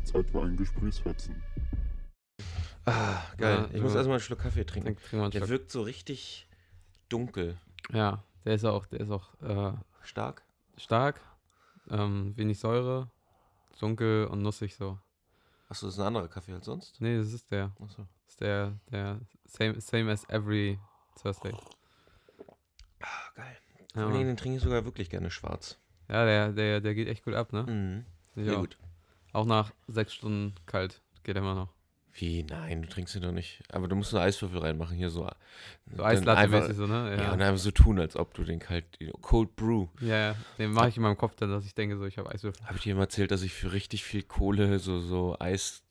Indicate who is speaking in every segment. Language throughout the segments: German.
Speaker 1: als etwa ein Gesprächsfetzen.
Speaker 2: Ah, geil.
Speaker 3: Ja,
Speaker 2: ich muss
Speaker 3: ja.
Speaker 2: erstmal einen Schluck Kaffee trinken.
Speaker 3: Trink, trink mal einen
Speaker 2: Der
Speaker 3: Schluck.
Speaker 2: wirkt so richtig dunkel.
Speaker 3: Ja, der ist auch, der ist auch äh,
Speaker 2: Stark?
Speaker 3: stark, ähm, wenig Säure, dunkel und nussig so.
Speaker 2: Achso, das ist ein anderer Kaffee als sonst?
Speaker 3: Nee, das ist der.
Speaker 2: Achso.
Speaker 3: Das ist der, der same, same as every Thursday.
Speaker 2: Ah, geil.
Speaker 3: Ja,
Speaker 2: nee,
Speaker 3: Mann.
Speaker 2: den trinke ich sogar wirklich gerne schwarz.
Speaker 3: ja der, der, der geht echt gut ab, ne?
Speaker 2: Mhm.
Speaker 3: Ich
Speaker 2: Sehr
Speaker 3: auch.
Speaker 2: gut.
Speaker 3: Auch nach sechs Stunden kalt geht immer noch.
Speaker 2: Wie? Nein, du trinkst ihn doch nicht. Aber du musst einen Eiswürfel reinmachen hier so.
Speaker 3: So
Speaker 2: dann
Speaker 3: Eislatte-mäßig
Speaker 2: einfach-
Speaker 3: so, ne?
Speaker 2: Ja,
Speaker 3: Ja,
Speaker 2: und
Speaker 3: ja,
Speaker 2: einfach so tun, als ob du den kalt. Cold Brew.
Speaker 3: ja. den mache ich in meinem Kopf dann, dass ich denke so, ich habe Eiswürfel.
Speaker 2: Habe ich dir mal erzählt, dass ich für richtig viel Kohle so, so Eis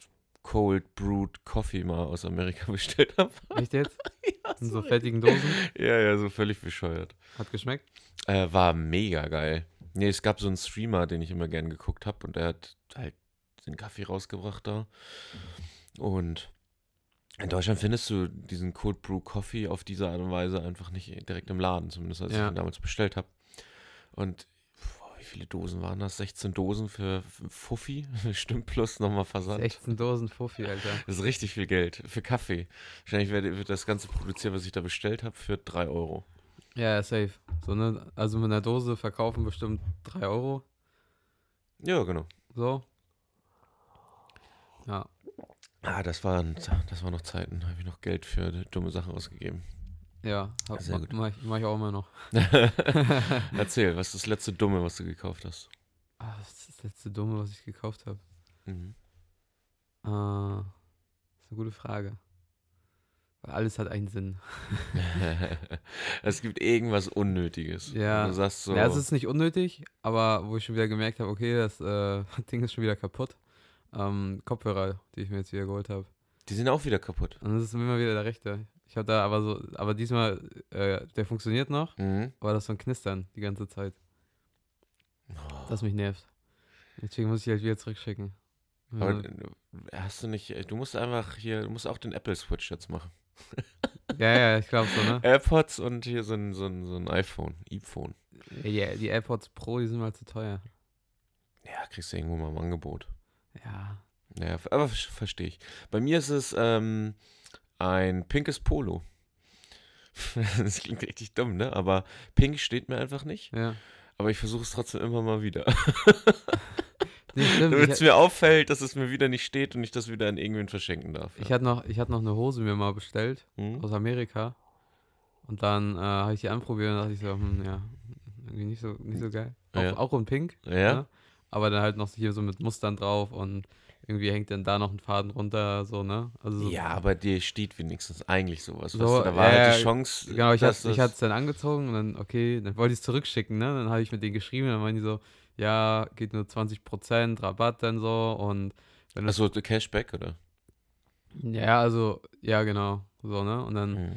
Speaker 2: Cold Brewed Coffee mal aus Amerika bestellt habe?
Speaker 3: Echt jetzt? In so fertigen Dosen.
Speaker 2: Ja, ja, so völlig bescheuert.
Speaker 3: Hat geschmeckt.
Speaker 2: Äh, war mega geil. Nee, es gab so einen Streamer, den ich immer gern geguckt habe und der hat halt den Kaffee rausgebracht da. Und in Deutschland findest du diesen Cold Brew Coffee auf diese Art und Weise einfach nicht direkt im Laden, zumindest als
Speaker 3: Ja.
Speaker 2: ich ihn damals bestellt habe. Und boah, wie viele Dosen waren das? 16 Dosen für einen Fuffi, stimmt plus nochmal Versand.
Speaker 3: 16 Dosen Fuffi, Alter.
Speaker 2: Das ist richtig viel Geld für Kaffee. Wahrscheinlich werde- wird das Ganze produziert, was ich da bestellt habe, für 3 Euro.
Speaker 3: Ja, ja, safe. So, ne? Also mit einer Dose verkaufen bestimmt 3 Euro.
Speaker 2: Ja, genau.
Speaker 3: So. Ja,
Speaker 2: Ah, das waren, das waren noch Zeiten. Da habe ich noch Geld für dumme Sachen ausgegeben.
Speaker 3: ja. Hab,
Speaker 2: Sehr
Speaker 3: ma-
Speaker 2: gut.
Speaker 3: Mach, ich- mach ich auch immer noch.
Speaker 2: Erzähl, was ist das letzte Dumme, was du gekauft hast?
Speaker 3: Ah, das ist das letzte Dumme, was ich gekauft habe.
Speaker 2: Mhm.
Speaker 3: Ah, ist eine gute Frage. Weil alles hat einen Sinn.
Speaker 2: es gibt irgendwas Unnötiges.
Speaker 3: Ja.
Speaker 2: Und Du sagst so,
Speaker 3: Ja, es ist nicht unnötig, aber wo ich schon wieder gemerkt habe, okay, das äh, Ding ist schon wieder kaputt. Ähm, Kopfhörer, die ich mir jetzt wieder geholt habe.
Speaker 2: die sind auch wieder kaputt.
Speaker 3: Und das ist immer wieder der rechte. Ich habe da aber so, aber diesmal, äh, der funktioniert noch,
Speaker 2: Mhm.
Speaker 3: aber das ist so ein Knistern die ganze Zeit. Das mich nervt. Deswegen muss ich halt wieder zurückschicken.
Speaker 2: Oh. Aber
Speaker 3: äh
Speaker 2: hast du nicht, äh, du musst einfach hier, du musst auch den Apple-Switch jetzt machen.
Speaker 3: ja, ja, ich glaube so, ne?
Speaker 2: AirPods und hier so ein, so ein, so ein iPhone, iPhone.
Speaker 3: Ja, die AirPods Pro, die sind mal zu teuer.
Speaker 2: Ja, kriegst du irgendwo mal im Angebot.
Speaker 3: Ja.
Speaker 2: Ja, f- aber ver- verstehe ich. Bei mir ist es ähm, ein pinkes Polo. Das klingt richtig dumm, ne? Aber pink steht mir einfach nicht.
Speaker 3: Ja.
Speaker 2: Aber ich versuche es trotzdem immer mal wieder.
Speaker 3: Nee, stimmt,
Speaker 2: Damit es
Speaker 3: ich,
Speaker 2: mir auffällt, dass es mir wieder nicht steht und ich das wieder an irgendwen verschenken darf.
Speaker 3: ich
Speaker 2: ja.
Speaker 3: hatte noch, ich hatte noch eine Hose mir mal bestellt
Speaker 2: Hm?
Speaker 3: aus Amerika. Und dann äh, habe ich die anprobiert und dachte ich so, hm, ja, irgendwie nicht so, nicht so geil. Auch,
Speaker 2: Ja.
Speaker 3: auch in Pink.
Speaker 2: ja?
Speaker 3: Aber dann halt noch hier so mit Mustern drauf und irgendwie hängt dann da noch ein Faden runter, so, ne? Also so,
Speaker 2: ja, aber dir steht wenigstens eigentlich sowas.
Speaker 3: So,
Speaker 2: weißt du? Da war
Speaker 3: ja,
Speaker 2: halt
Speaker 3: ja,
Speaker 2: die Chance.
Speaker 3: Genau, ich
Speaker 2: dass
Speaker 3: hatte ich
Speaker 2: das-
Speaker 3: es dann angezogen und dann, okay, dann wollte ich es zurückschicken, ne? Dann habe ich mit denen geschrieben, dann waren die so, ja, geht nur 20% Rabatt dann so und wenn das,
Speaker 2: Achso, Cashback, oder?
Speaker 3: ja, also, ja, genau, so, ne? Und dann,
Speaker 2: Mhm.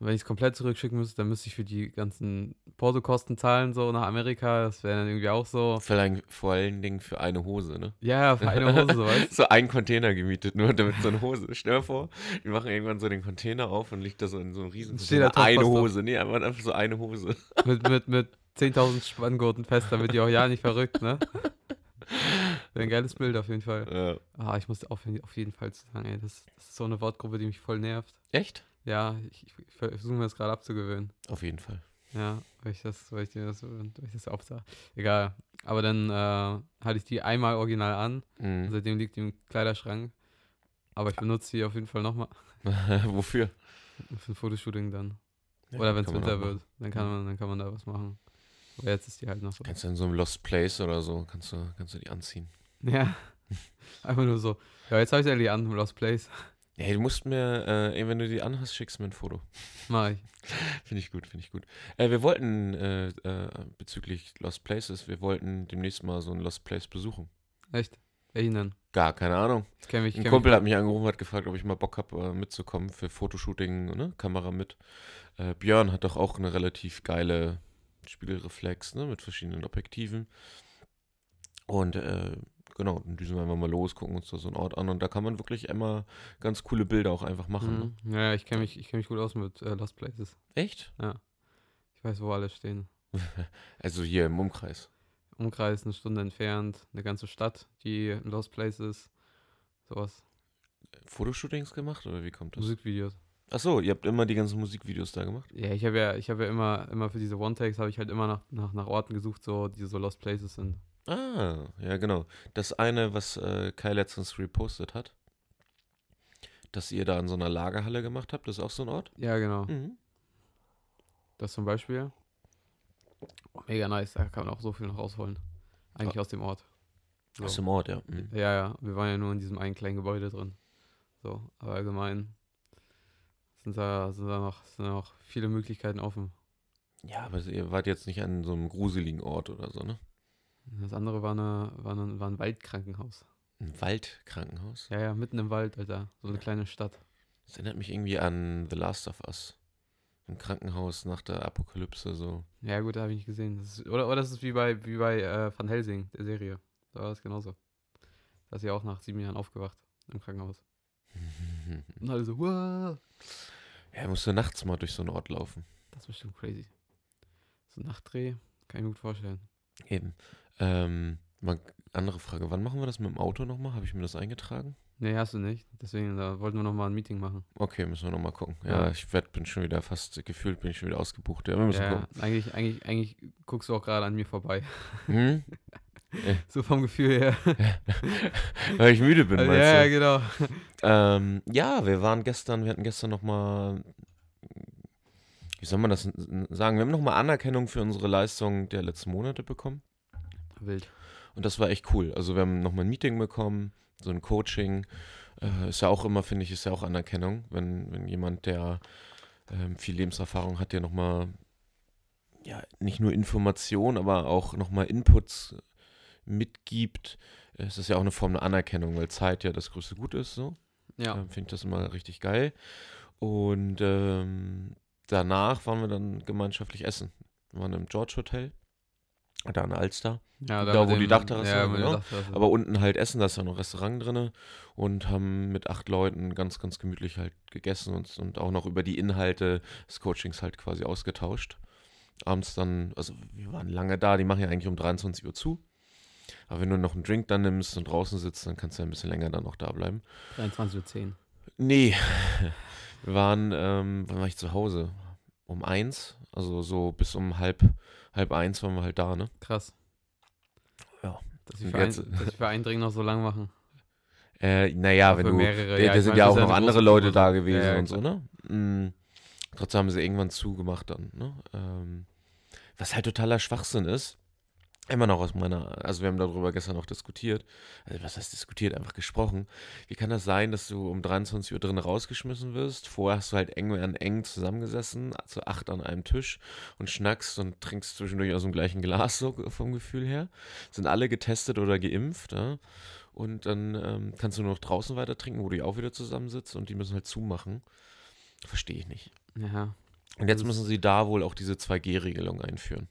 Speaker 3: wenn ich es komplett zurückschicken müsste, dann müsste ich für die ganzen Portokosten zahlen, so nach Amerika, das wäre dann irgendwie auch so,
Speaker 2: Hm. Vor allen- vor allen Dingen für eine Hose, ne?
Speaker 3: ja, ja, für eine Hose, so, weißt
Speaker 2: so einen Container gemietet, nur damit so eine Hose. Stell dir vor, die machen irgendwann so den Container auf und liegt da so in so einem riesen
Speaker 3: Steht da
Speaker 2: Container. Eine
Speaker 3: Topfpasta.
Speaker 2: Hose, nee, einfach, einfach so eine Hose.
Speaker 3: du? Mit, mit, mit 10.000 Spanngurten fest, damit die auch ja nicht verrückt, ne? Wäre ein geiles Bild auf jeden Fall.
Speaker 2: Ja.
Speaker 3: Ah, ich muss auf, auf jeden Fall sagen, ey, das, das ist so eine Wortgruppe, die mich voll nervt.
Speaker 2: Echt?
Speaker 3: Ja, ich, ich versuche mir das gerade abzugewöhnen.
Speaker 2: Auf jeden Fall.
Speaker 3: Ja, weil ich das, weil ich dir das, weil ich das aufsah. Egal. Aber dann äh, hatte ich die einmal original an.
Speaker 2: Mhm.
Speaker 3: Seitdem liegt die im Kleiderschrank. Aber ich benutze die auf jeden Fall nochmal
Speaker 2: Wofür?
Speaker 3: für ein Fotoshooting dann.
Speaker 2: Ja,
Speaker 3: Oder wenn es
Speaker 2: kann man auch
Speaker 3: Winter
Speaker 2: machen.
Speaker 3: wird, dann kann man, dann kann man da was machen. Aber jetzt ist die halt noch so.
Speaker 2: Kannst du in so einem Lost Place oder so, kannst du, kannst du die anziehen.
Speaker 3: Ja. Einfach nur so. Ja, jetzt habe ich sie endlich an, Lost Place.
Speaker 2: Hey, du musst mir, äh, ey, wenn du die anhast, schickst du mir ein Foto.
Speaker 3: Mach ich.
Speaker 2: Finde ich gut, finde ich gut. Äh, wir wollten äh, äh, bezüglich Lost Places, wir wollten demnächst mal so ein Lost Place besuchen.
Speaker 3: Echt. Welchen denn?
Speaker 2: Gar keine Ahnung.
Speaker 3: Ich kenne mich. ich
Speaker 2: Ein
Speaker 3: kenn
Speaker 2: Kumpel hat mich angerufen, hat gefragt, ob ich mal Bock habe, mitzukommen für Fotoshooting, ne? Kamera mit. Äh, Björn hat doch auch eine relativ geile Spiegelreflex, ne? Mit verschiedenen Objektiven. Und äh, genau, dann düsen wir einfach mal los, gucken uns da so einen Ort an. Und da kann man wirklich immer ganz coole Bilder auch einfach
Speaker 3: mich,
Speaker 2: machen. Ne?
Speaker 3: Mhm. Ja, ich kenne mich, ich kenn mich gut aus mit äh, Lost Places.
Speaker 2: Echt?
Speaker 3: Ich weiß, wo alle stehen.
Speaker 2: Also hier im Umkreis.
Speaker 3: Umkreis eine Stunde entfernt, eine ganze Stadt, die ein Lost Place ist. Sowas.
Speaker 2: Fotoshootings gemacht oder wie kommt das?
Speaker 3: Musikvideos.
Speaker 2: Achso, ihr habt immer die ganzen Musikvideos da gemacht.
Speaker 3: Ja, ich habe ja, ich habe ja immer, immer für diese One-Takes habe ich halt immer nach, nach, nach Orten gesucht, so, die so Lost Places sind.
Speaker 2: Ah, ja, genau. Das eine, was äh, Kai letztens repostet hat, dass ihr da in so einer Lagerhalle gemacht habt, das ist auch so ein Ort.
Speaker 3: Ja, genau.
Speaker 2: Mhm.
Speaker 3: Das zum Beispiel. Oh, mega nice, da kann man auch so viel noch rausholen. Eigentlich aus dem Ort. So.
Speaker 2: Aus dem Ort, ja. Mhm.
Speaker 3: Ja, ja, wir waren ja nur in diesem einen kleinen Gebäude drin. So, aber allgemein sind da, sind da noch, sind da noch viele Möglichkeiten offen.
Speaker 2: Ja, aber ihr wart jetzt nicht an so einem gruseligen Ort oder so, ne?
Speaker 3: Das andere war, eine, war, eine, war ein Waldkrankenhaus.
Speaker 2: Ein Waldkrankenhaus.
Speaker 3: Ja, ja, mitten im Wald, Alter. So eine kleine Stadt.
Speaker 2: Das erinnert mich irgendwie an The Last of Us. Ein Krankenhaus nach der Apokalypse, so.
Speaker 3: Ja, gut, da habe ich nicht gesehen. Das ist, oder, oder das ist wie bei, wie bei äh, Van Helsing, der Serie. Da war das genauso. Da ist ja auch nach sieben Jahren aufgewacht im Krankenhaus. Und alle so, wow,
Speaker 2: Ja, musst du nachts mal durch so einen Ort laufen.
Speaker 3: das ist bestimmt crazy. So ein Nachtdreh, kann ich mir gut vorstellen.
Speaker 2: Eben. Ähm, mal andere Frage, wann machen wir das mit dem Auto nochmal? Habe ich mir das eingetragen?
Speaker 3: Nee, hast du nicht. Deswegen, da wollten wir nochmal ein Meeting machen.
Speaker 2: Okay, müssen wir nochmal gucken. Ja,
Speaker 3: Ja.
Speaker 2: ich werd, bin schon wieder fast gefühlt, bin ich schon wieder ausgebucht. Ja, wir müssen
Speaker 3: ja,
Speaker 2: gucken.
Speaker 3: eigentlich, eigentlich, eigentlich guckst du auch gerade an mir vorbei.
Speaker 2: Hm?
Speaker 3: So vom Gefühl her.
Speaker 2: Weil ich müde bin,
Speaker 3: Also,
Speaker 2: meinst
Speaker 3: ja,
Speaker 2: du?
Speaker 3: ja, genau.
Speaker 2: Ähm, ja, wir waren gestern, wir hatten gestern nochmal, wie soll man das n- sagen, wir haben nochmal Anerkennung für unsere Leistung der letzten Monate bekommen.
Speaker 3: Wild.
Speaker 2: Und das war echt cool. Also wir haben nochmal ein Meeting bekommen, so ein Coaching. Äh, ist ja auch immer, finde ich, ist ja auch Anerkennung, wenn, wenn jemand, der ähm, viel Lebenserfahrung hat, dir nochmal, ja, nicht nur Information, aber auch nochmal Inputs mitgibt, äh, ist das ja auch eine Form der Anerkennung, weil Zeit ja das größte Gut ist, so.
Speaker 3: Ja.
Speaker 2: Ähm, Finde ich das immer richtig geil. Und ähm, danach waren wir dann gemeinschaftlich essen. Wir waren im George Hotel, da in der Alster.
Speaker 3: ja
Speaker 2: da,
Speaker 3: mit
Speaker 2: wo die
Speaker 3: dem-
Speaker 2: Dachterrasse
Speaker 3: ja,
Speaker 2: war,
Speaker 3: mit der
Speaker 2: genau.
Speaker 3: Dachterrasse.
Speaker 2: Aber unten halt essen, da ist ja noch ein Restaurant drin und haben mit acht Leuten ganz, ganz gemütlich halt gegessen und, und auch noch über die Inhalte des Coachings halt quasi ausgetauscht. Abends dann, also wir waren lange da, die machen ja eigentlich um 23 Uhr zu. Aber wenn du noch einen Drink dann nimmst und draußen sitzt, dann kannst du ja ein bisschen länger dann auch da bleiben.
Speaker 3: 23.10 Uhr.
Speaker 2: Nee, wir waren, ähm, wann war ich zu Hause? Um eins, also so bis um halb, halb eins waren wir halt da, ne?
Speaker 3: Krass.
Speaker 2: Ja.
Speaker 3: Dass wir
Speaker 2: Und
Speaker 3: für, ein,
Speaker 2: jetzt-
Speaker 3: dass wir für einen Drink noch so lang machen.
Speaker 2: Äh, naja, wenn
Speaker 3: Für
Speaker 2: du,
Speaker 3: mehrere,
Speaker 2: da,
Speaker 3: ja,
Speaker 2: da
Speaker 3: ich
Speaker 2: sind
Speaker 3: meine,
Speaker 2: ja
Speaker 3: das
Speaker 2: auch
Speaker 3: ist ja
Speaker 2: noch
Speaker 3: eine
Speaker 2: andere
Speaker 3: große
Speaker 2: Leute
Speaker 3: Gruppe.
Speaker 2: da gewesen
Speaker 3: Ja, ja,
Speaker 2: und so, ne? Mm. Trotzdem haben sie irgendwann zugemacht dann, ne? Ähm, was halt totaler Schwachsinn ist, immer noch aus meiner, also wir haben darüber gestern auch diskutiert, also was heißt diskutiert, einfach gesprochen, wie kann das sein, dass du um 23 Uhr drin rausgeschmissen wirst, vorher hast du halt eng an eng zusammengesessen, zu acht an einem Tisch und schnackst und trinkst zwischendurch aus dem gleichen Glas, so vom Gefühl her, sind alle getestet oder geimpft, ja? Und dann ähm, kannst du nur noch draußen weiter trinken, wo du ja auch wieder zusammensitzt und die müssen halt zumachen. Verstehe ich nicht.
Speaker 3: Ja,
Speaker 2: Und jetzt müssen sie da wohl auch diese 2G-Regelung einführen.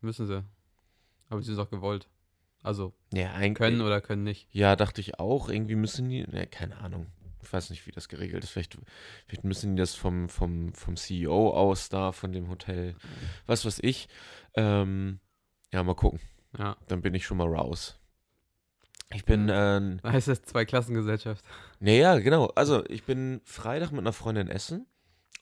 Speaker 3: müssen sie. Aber sie sind auch gewollt. Also
Speaker 2: Ja, ein
Speaker 3: können oder können nicht.
Speaker 2: Ja, dachte ich auch. Irgendwie müssen die, ne, keine Ahnung. Ich weiß nicht, wie das geregelt ist. Vielleicht, vielleicht müssen die das vom, vom, vom CEO aus da, von dem Hotel, was weiß ich. Ähm, ja, mal gucken.
Speaker 3: Ja.
Speaker 2: Dann bin ich schon mal raus. Ich bin, ähm,
Speaker 3: Da heißt das Zweiklassengesellschaft.
Speaker 2: Naja, genau. Also ich bin Freitag mit einer Freundin essen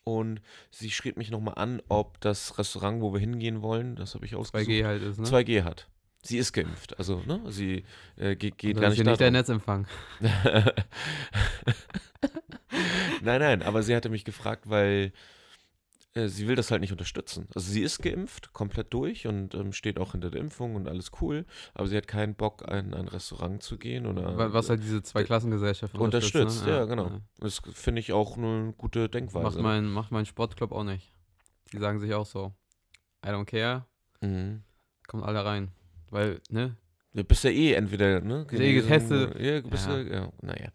Speaker 2: und sie schrieb mich nochmal an, ob das Restaurant, wo wir hingehen wollen, das habe ich ausgesucht, 2G,
Speaker 3: 2G halt ist, ne?
Speaker 2: 2G hat. Sie ist geimpft, also ne, sie äh, ge- geht gar
Speaker 3: Und dann ist
Speaker 2: nicht,
Speaker 3: hier
Speaker 2: da
Speaker 3: nicht der
Speaker 2: drauf.
Speaker 3: Netzempfang.
Speaker 2: Nein, nein, aber sie hatte mich gefragt, weil äh, sie will das halt nicht unterstützen. Also sie ist geimpft, komplett durch und ähm, steht auch hinter der Impfung und alles cool, aber sie hat keinen Bock, in ein Restaurant zu gehen oder
Speaker 3: Wa- Was halt diese Zweiklassengesellschaft
Speaker 2: unterstützt.
Speaker 3: ne?
Speaker 2: ja, genau. Das finde ich auch eine gute Denkweise.
Speaker 3: Macht mein, macht mein Sportclub auch nicht. Die sagen sich auch so, I don't care,
Speaker 2: Mhm.
Speaker 3: kommt alle rein. Weil, ne?
Speaker 2: Du bist ja eh entweder, ne?
Speaker 3: Bist eh
Speaker 2: genesen
Speaker 3: getestet.
Speaker 2: oder- Ja, du bist ja.
Speaker 3: Ja.
Speaker 2: ja, naja.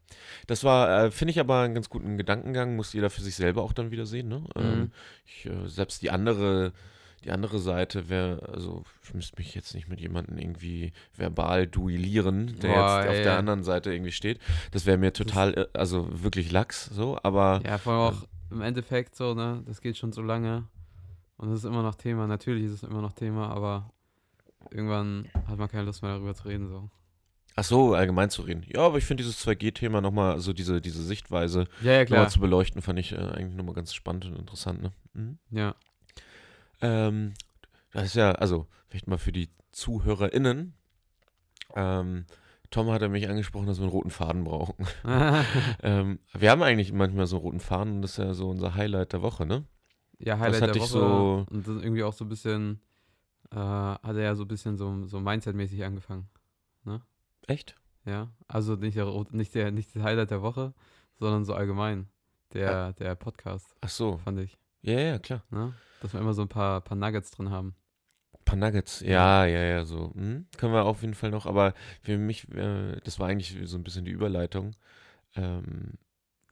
Speaker 2: Das war, äh, finde ich aber einen ganz guten Gedankengang, muss jeder für sich selber auch dann wieder sehen, ne? Ähm,
Speaker 3: Mhm.
Speaker 2: ich, äh, selbst die andere, die andere Seite wäre, also ich müsste mich jetzt nicht mit jemandem irgendwie verbal duellieren, der
Speaker 3: Boah,
Speaker 2: jetzt auf
Speaker 3: ey.
Speaker 2: der anderen Seite irgendwie steht. Das wäre mir total, äh, also wirklich lax, so, aber
Speaker 3: Ja, vor allem auch im Endeffekt so, ne? Das geht schon so lange. Und es ist immer noch Thema. Natürlich ist es immer noch Thema, aber irgendwann hat man keine Lust mehr darüber zu reden, so.
Speaker 2: Ach so, allgemein zu reden. Ja, aber ich finde dieses 2G-Thema nochmal, also diese, diese Sichtweise
Speaker 3: Ja, ja,
Speaker 2: nochmal
Speaker 3: klar.
Speaker 2: zu beleuchten, fand ich äh, eigentlich nochmal ganz spannend und interessant, ne? Mhm.
Speaker 3: Ja.
Speaker 2: Ähm, das ist ja, also, vielleicht mal für die ZuhörerInnen. Ähm, Tom hatte mich angesprochen, dass wir einen roten Faden brauchen. ähm, wir haben eigentlich manchmal so einen roten Faden und das ist ja so unser Highlight der Woche, ne?
Speaker 3: Ja, Highlight
Speaker 2: hatte
Speaker 3: der
Speaker 2: ich
Speaker 3: Woche.
Speaker 2: so-
Speaker 3: Und das irgendwie auch so ein bisschen, äh, hat er ja so ein bisschen so, so Mindset-mäßig angefangen.
Speaker 2: Echt?
Speaker 3: Ja. Also nicht der, rot- nicht der, nicht das Highlight der Woche, sondern so allgemein. Der, der Podcast,
Speaker 2: Ach so.
Speaker 3: fand ich.
Speaker 2: Ja, ja, klar.
Speaker 3: Ne? Dass wir immer so ein paar, paar Nuggets drin haben.
Speaker 2: Ein paar Nuggets. Ja, ja, ja, so. Hm? Können wir auf jeden Fall noch, aber für mich, äh, das war eigentlich so ein bisschen die Überleitung. Ähm,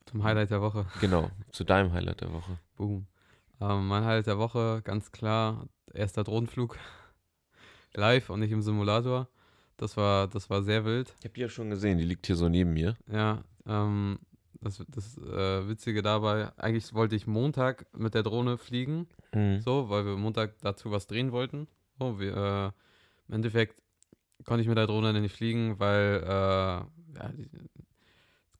Speaker 3: Zum Highlight der Woche.
Speaker 2: genau, zu deinem Highlight der Woche.
Speaker 3: Boom. Ähm, mein Highlight der Woche, ganz klar, erster Drohnenflug. Live und nicht im Simulator. Das war, das war sehr wild.
Speaker 2: Ich habe die ja schon gesehen, die liegt hier so neben mir.
Speaker 3: Ja, ähm, das, das äh, Witzige dabei, eigentlich wollte ich Montag mit der Drohne fliegen,
Speaker 2: Mhm.
Speaker 3: so, weil wir Montag dazu was drehen wollten. So, wir, äh, Im Endeffekt konnte ich mit der Drohne dann nicht fliegen, weil äh, ja, die,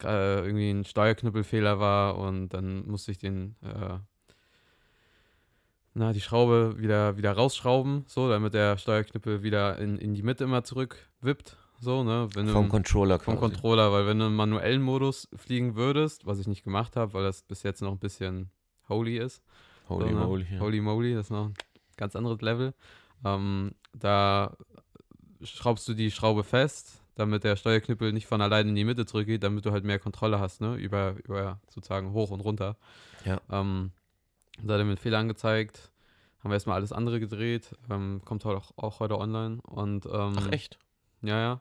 Speaker 3: äh, irgendwie ein Steuerknüppelfehler war und dann musste ich den äh, na, die Schraube wieder, wieder rausschrauben, so, damit der Steuerknüppel wieder in, in die Mitte immer zurückwippt. So, ne? Wenn du
Speaker 2: Vom
Speaker 3: im-
Speaker 2: Controller
Speaker 3: vom
Speaker 2: quasi.
Speaker 3: Controller, weil wenn du im manuellen Modus fliegen würdest, was ich nicht gemacht habe, weil das bis jetzt noch ein bisschen holy ist.
Speaker 2: Holy
Speaker 3: so, ne?
Speaker 2: moly. Ja.
Speaker 3: Holy moly, das ist noch ein ganz anderes Level. Ähm, da schraubst du die Schraube fest, damit der Steuerknüppel nicht von alleine in die Mitte zurückgeht, damit du halt mehr Kontrolle hast, ne? Über, über sozusagen hoch und runter.
Speaker 2: Ja.
Speaker 3: Ähm, da hat er mir einen Fehler angezeigt. Haben wir erstmal alles andere gedreht. Ähm, kommt heute auch, auch heute online. Und, ähm,
Speaker 2: Ach, echt?
Speaker 3: ja, ja.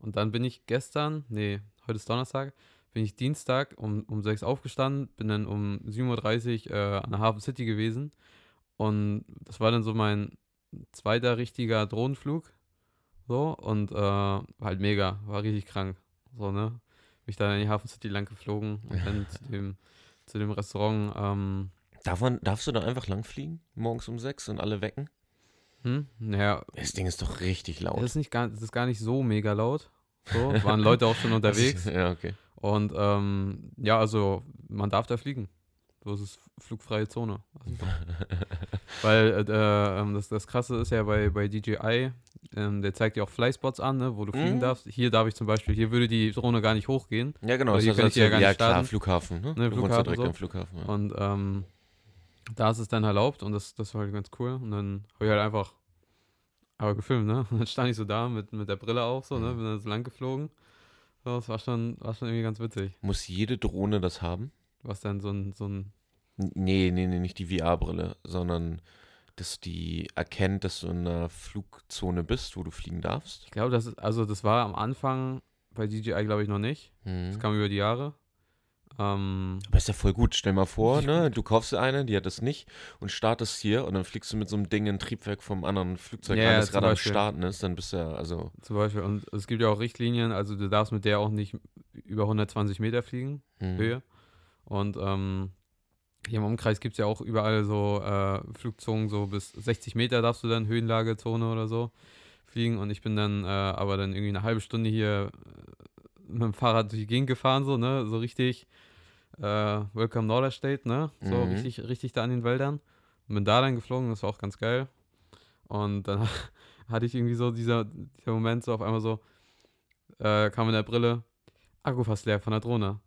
Speaker 3: Und dann bin ich gestern, nee, heute ist Donnerstag, bin ich Dienstag um, um 6 aufgestanden, bin dann um 7.30 Uhr äh, an der Hafen City gewesen. Und das war dann so mein zweiter richtiger Drohnenflug. So, und äh, war halt mega, war richtig krank. So, ne? Mich dann in die Hafen City lang geflogen und dann zu dem, zu dem Restaurant, ähm,
Speaker 2: Darf man, darfst du da einfach langfliegen? Morgens um sechs und alle wecken?
Speaker 3: hm, naja,
Speaker 2: Das Ding ist doch richtig laut.
Speaker 3: das ist, nicht gar, das ist gar nicht so mega laut. So, waren Leute auch schon unterwegs.
Speaker 2: ja, okay.
Speaker 3: Und ähm, ja, also man darf da fliegen. Das ist flugfreie Zone. Also, weil äh, ähm, das, das Krasse ist ja bei, bei DJI, ähm, der zeigt dir auch Flyspots an, ne, wo du fliegen
Speaker 2: Mhm.
Speaker 3: darfst. Hier darf ich zum Beispiel, hier würde die Drohne gar nicht hochgehen.
Speaker 2: Ja, genau.
Speaker 3: Aber
Speaker 2: das
Speaker 3: hier
Speaker 2: ist
Speaker 3: kann ich ja
Speaker 2: also-
Speaker 3: gar nicht
Speaker 2: klar,
Speaker 3: starten.
Speaker 2: Flughafen. Ne? du wohnst ja
Speaker 3: Flughafen
Speaker 2: direkt
Speaker 3: so.
Speaker 2: am Flughafen. Ja.
Speaker 3: Und ähm, da ist es dann erlaubt und das, das war halt ganz cool. Und dann habe ich halt einfach aber gefilmt, ne? Und dann stand ich so da mit, mit der Brille auf, so, ne?
Speaker 2: Mhm.
Speaker 3: Bin dann so lang geflogen. So, das war schon, war schon irgendwie ganz witzig.
Speaker 2: Muss jede Drohne das haben?
Speaker 3: Was dann so ein, so ein
Speaker 2: N- Nee, nee, nee, nicht die VR-Brille, sondern dass die erkennt, dass du in einer Flugzone bist, wo du fliegen darfst.
Speaker 3: Ich glaube, das ist, also das war am Anfang bei DJI, glaube ich, noch nicht.
Speaker 2: Mhm.
Speaker 3: Das kam über die Jahre. Ähm,
Speaker 2: Aber ist ja voll gut. Stell mal vor,
Speaker 3: Richtig
Speaker 2: ne, du kaufst dir eine, die hat das nicht und startest hier und dann fliegst du mit so einem Ding in ein Triebwerk vom anderen Flugzeug,
Speaker 3: Ja,
Speaker 2: an,
Speaker 3: ja,
Speaker 2: das
Speaker 3: zum
Speaker 2: gerade am
Speaker 3: Beispiel.
Speaker 2: Starten ist, dann bist du ja, also,
Speaker 3: zum Beispiel. Und es gibt ja auch Richtlinien, also du darfst mit der auch nicht über 120 Meter fliegen,
Speaker 2: hm,
Speaker 3: Höhe. Und ähm, hier im Umkreis gibt es ja auch überall so äh, Flugzonen, so bis 60 Meter darfst du dann Höhenlagezone oder so fliegen. Und ich bin dann äh, aber dann irgendwie eine halbe Stunde hier äh, mit dem Fahrrad durch die Gegend gefahren, so, ne? So richtig äh, Welcome Norderstedt, ne? So
Speaker 2: Mhm.
Speaker 3: richtig, richtig da in den Wäldern. Und bin da dann geflogen, das war auch ganz geil. Und dann hatte ich irgendwie so dieser, dieser Moment so auf einmal so, äh, kam in der Brille, Akku fast leer von der Drohne.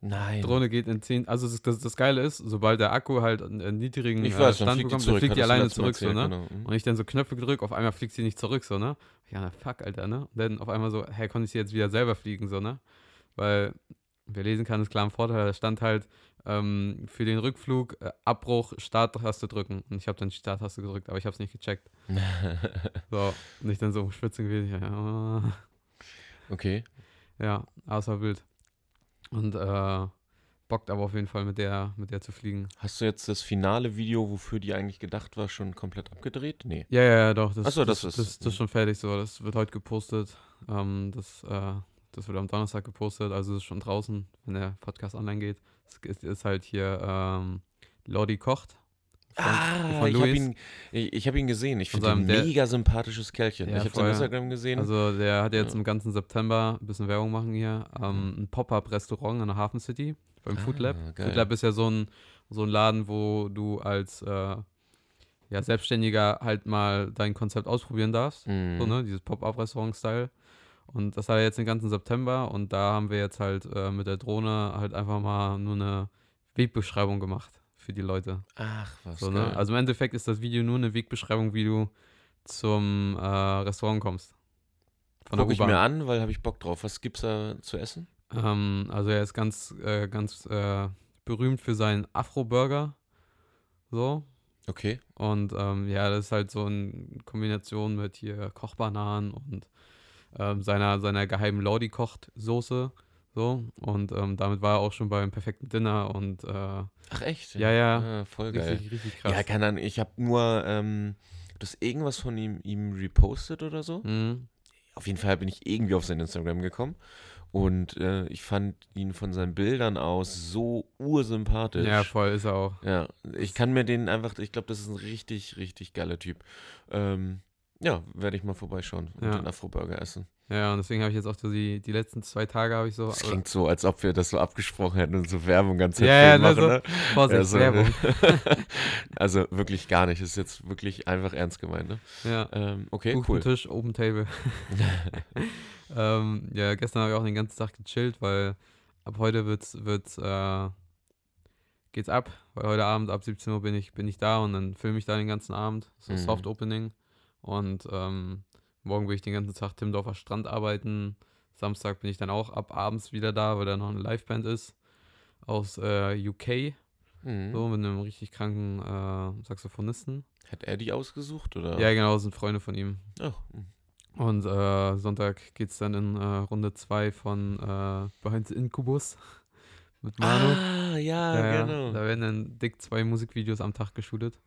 Speaker 2: nein.
Speaker 3: Drohne geht in 10, also das, das, das Geile ist, sobald der Akku halt einen, einen niedrigen
Speaker 2: ich
Speaker 3: äh,
Speaker 2: weiß, dann
Speaker 3: Stand
Speaker 2: fliegt die
Speaker 3: bekommt,
Speaker 2: zurück.
Speaker 3: dann fliegt
Speaker 2: hattest du
Speaker 3: die alleine
Speaker 2: letztes Mal
Speaker 3: zurück, so, ne?
Speaker 2: erzählt, genau, mhm.
Speaker 3: Und ich dann so Knöpfe gedrückt, auf einmal fliegt sie nicht zurück, so, ne? Ja, na fuck, Alter, ne? Und dann auf einmal so, hä, konnte ich sie jetzt wieder selber fliegen, so, ne? Weil, wer lesen kann, ist klar ein Vorteil, da stand halt ähm, für den Rückflug äh, Abbruch, Starttaste drücken. Und ich habe dann die Starttaste gedrückt, aber ich habe es nicht gecheckt. So, und ich dann so um schwitzen gewesen, ja, ja.
Speaker 2: okay.
Speaker 3: Ja, außer wild. Und äh, bockt aber auf jeden Fall mit der, mit der zu fliegen.
Speaker 2: Hast du jetzt das finale Video, wofür die eigentlich gedacht war, schon komplett abgedreht? Nee.
Speaker 3: Ja, ja, ja, doch. Das,
Speaker 2: Ach so,
Speaker 3: das,
Speaker 2: das ist- mhm.
Speaker 3: das, das ist schon fertig so. Das wird heute gepostet. Ähm, das, äh, das wird am Donnerstag gepostet. Also es ist schon draußen, wenn der Podcast online geht. Es ist, ist halt hier ähm, Lodi kocht. von,
Speaker 2: ah,
Speaker 3: von
Speaker 2: ich habe
Speaker 3: Luis.
Speaker 2: ihn, ich, ich hab ihn gesehen. Ich
Speaker 3: Von
Speaker 2: finde ihn
Speaker 3: seinem- der-
Speaker 2: mega sympathisches Kerlchen.
Speaker 3: Ja,
Speaker 2: ich habe
Speaker 3: voll,
Speaker 2: sein
Speaker 3: ja.
Speaker 2: Instagram gesehen.
Speaker 3: Also der hat jetzt
Speaker 2: Ja.
Speaker 3: im ganzen September ein bisschen Werbung machen hier, ähm, ein Pop-Up-Restaurant in der Hafen City beim Food Lab.
Speaker 2: Mhm. Ah, geil.
Speaker 3: Food Lab ist ja so ein, so ein Laden, wo du als äh, ja, Selbstständiger halt mal dein Konzept ausprobieren darfst.
Speaker 2: Mhm.
Speaker 3: So, ne? Dieses Pop-Up-Restaurant-Style. Und das hat er jetzt den ganzen September und da haben wir jetzt halt äh, mit der Drohne halt einfach mal nur eine Wegbeschreibung gemacht für die Leute.
Speaker 2: Ach, was
Speaker 3: So,
Speaker 2: geil.
Speaker 3: ne? Also im Endeffekt ist das Video nur eine Wegbeschreibung, wie du zum äh, Restaurant kommst. Von
Speaker 2: Guck
Speaker 3: der
Speaker 2: ich
Speaker 3: U-Bahn.
Speaker 2: mir an, weil habe ich Bock drauf. Was gibt's da zu essen?
Speaker 3: Ähm, also er ist ganz, äh, ganz äh, berühmt für seinen Afro-Burger. So.
Speaker 2: Okay.
Speaker 3: Und ähm, ja, das ist halt so in Kombination mit hier Kochbananen und ähm, seiner, seiner geheimen Lordi-Kocht-Soße. So. Und ähm, damit war er auch schon beim perfekten Dinner und äh,
Speaker 2: Ach echt?
Speaker 3: ja, ja,
Speaker 2: Ah, voll geil.
Speaker 3: richtig, richtig krass.
Speaker 2: Ja, keine Ahnung. Ich habe nur ähm, hab das irgendwas von ihm, ihm repostet oder so.
Speaker 3: Mhm.
Speaker 2: Auf jeden Fall bin ich irgendwie auf sein Instagram gekommen. Und äh, ich fand ihn von seinen Bildern aus so ursympathisch.
Speaker 3: ja, voll ist er auch.
Speaker 2: Ja, ich kann mir den einfach, ich glaube, das ist ein richtig, richtig geiler Typ. Ähm, ja, werde ich mal vorbeischauen und
Speaker 3: Ja.
Speaker 2: den Afro-Burger essen.
Speaker 3: Ja, und deswegen habe ich jetzt auch so die, die letzten zwei Tage habe ich so.
Speaker 2: Das klingt so, als ob wir das so abgesprochen hätten und so Werbung ganz
Speaker 3: Ja, ja,
Speaker 2: viel
Speaker 3: ne, so-
Speaker 2: ne?
Speaker 3: Vorsicht,
Speaker 2: Ja, so-
Speaker 3: Werbung.
Speaker 2: also wirklich gar nicht. Das ist jetzt wirklich einfach ernst gemeint. Ne?
Speaker 3: Ja.
Speaker 2: Ähm, okay,
Speaker 3: Buchen
Speaker 2: cool.
Speaker 3: Tisch, Open Table. ähm, ja, gestern habe ich auch den ganzen Tag gechillt, weil ab heute wird's, wird's, äh, geht's ab. Weil heute Abend ab 17 Uhr bin ich, bin ich da und dann filme ich da den ganzen Abend. So
Speaker 2: Mhm.
Speaker 3: Soft Opening. Und ähm, morgen will ich den ganzen Tag Timdorfer Strand arbeiten. Samstag bin ich dann auch ab abends wieder da, weil da noch eine Liveband ist aus äh, UK.
Speaker 2: Mhm.
Speaker 3: So, mit einem richtig kranken äh, Saxophonisten.
Speaker 2: Hat er die ausgesucht oder?
Speaker 3: Ja, genau, sind Freunde von ihm.
Speaker 2: Ach, mhm.
Speaker 3: Und äh, Sonntag geht es dann in äh, Runde 2 von äh, Behind the Incubus mit Manu.
Speaker 2: Ah, ja,
Speaker 3: Ja, ja,
Speaker 2: genau.
Speaker 3: Da werden dann dick zwei Musikvideos am Tag geshootet.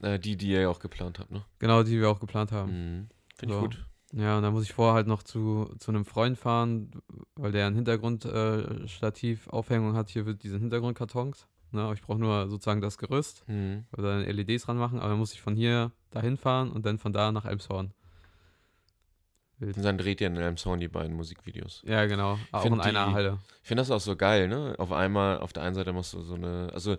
Speaker 2: Äh, die, die ihr ja auch geplant habt, ne?
Speaker 3: Genau, die wir auch geplant haben.
Speaker 2: Mhm. Finde
Speaker 3: So.
Speaker 2: ich gut.
Speaker 3: Ja, und dann muss ich vorher halt noch zu, zu einem Freund fahren, weil der einen Hintergrundstativ äh, Stativ Aufhängung hat hier für diesen Hintergrundkartons. Ne, aber ich brauche nur sozusagen das Gerüst
Speaker 2: Mhm.
Speaker 3: oder dann E LEDs ranmachen, aber dann muss ich von hier dahin fahren und dann von da nach Elmshorn.
Speaker 2: Und dann dreht ihr in Elmshorn die beiden Musikvideos.
Speaker 3: Ja, genau. Auch
Speaker 2: find
Speaker 3: in einer
Speaker 2: die-
Speaker 3: Halle.
Speaker 2: Ich finde das auch so geil, ne? Auf einmal, auf der einen Seite machst du so eine, also,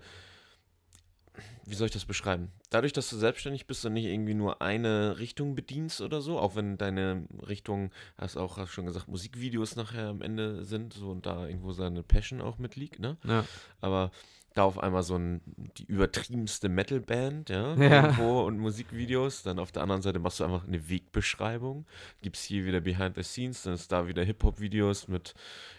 Speaker 2: wie soll ich das beschreiben? Dadurch, dass du selbstständig bist und nicht irgendwie nur eine Richtung bedienst oder so, auch wenn deine Richtung, hast auch hast schon gesagt, Musikvideos nachher am Ende sind so und da irgendwo seine Passion auch mitliegt, ne?
Speaker 3: Ja.
Speaker 2: Aber da auf einmal so ein, die übertriebenste Metalband, ja,
Speaker 3: Ja.
Speaker 2: irgendwo und Musikvideos, dann auf der anderen Seite machst du einfach eine Wegbeschreibung, gibst hier wieder Behind the Scenes, dann ist da wieder Hip-Hop-Videos mit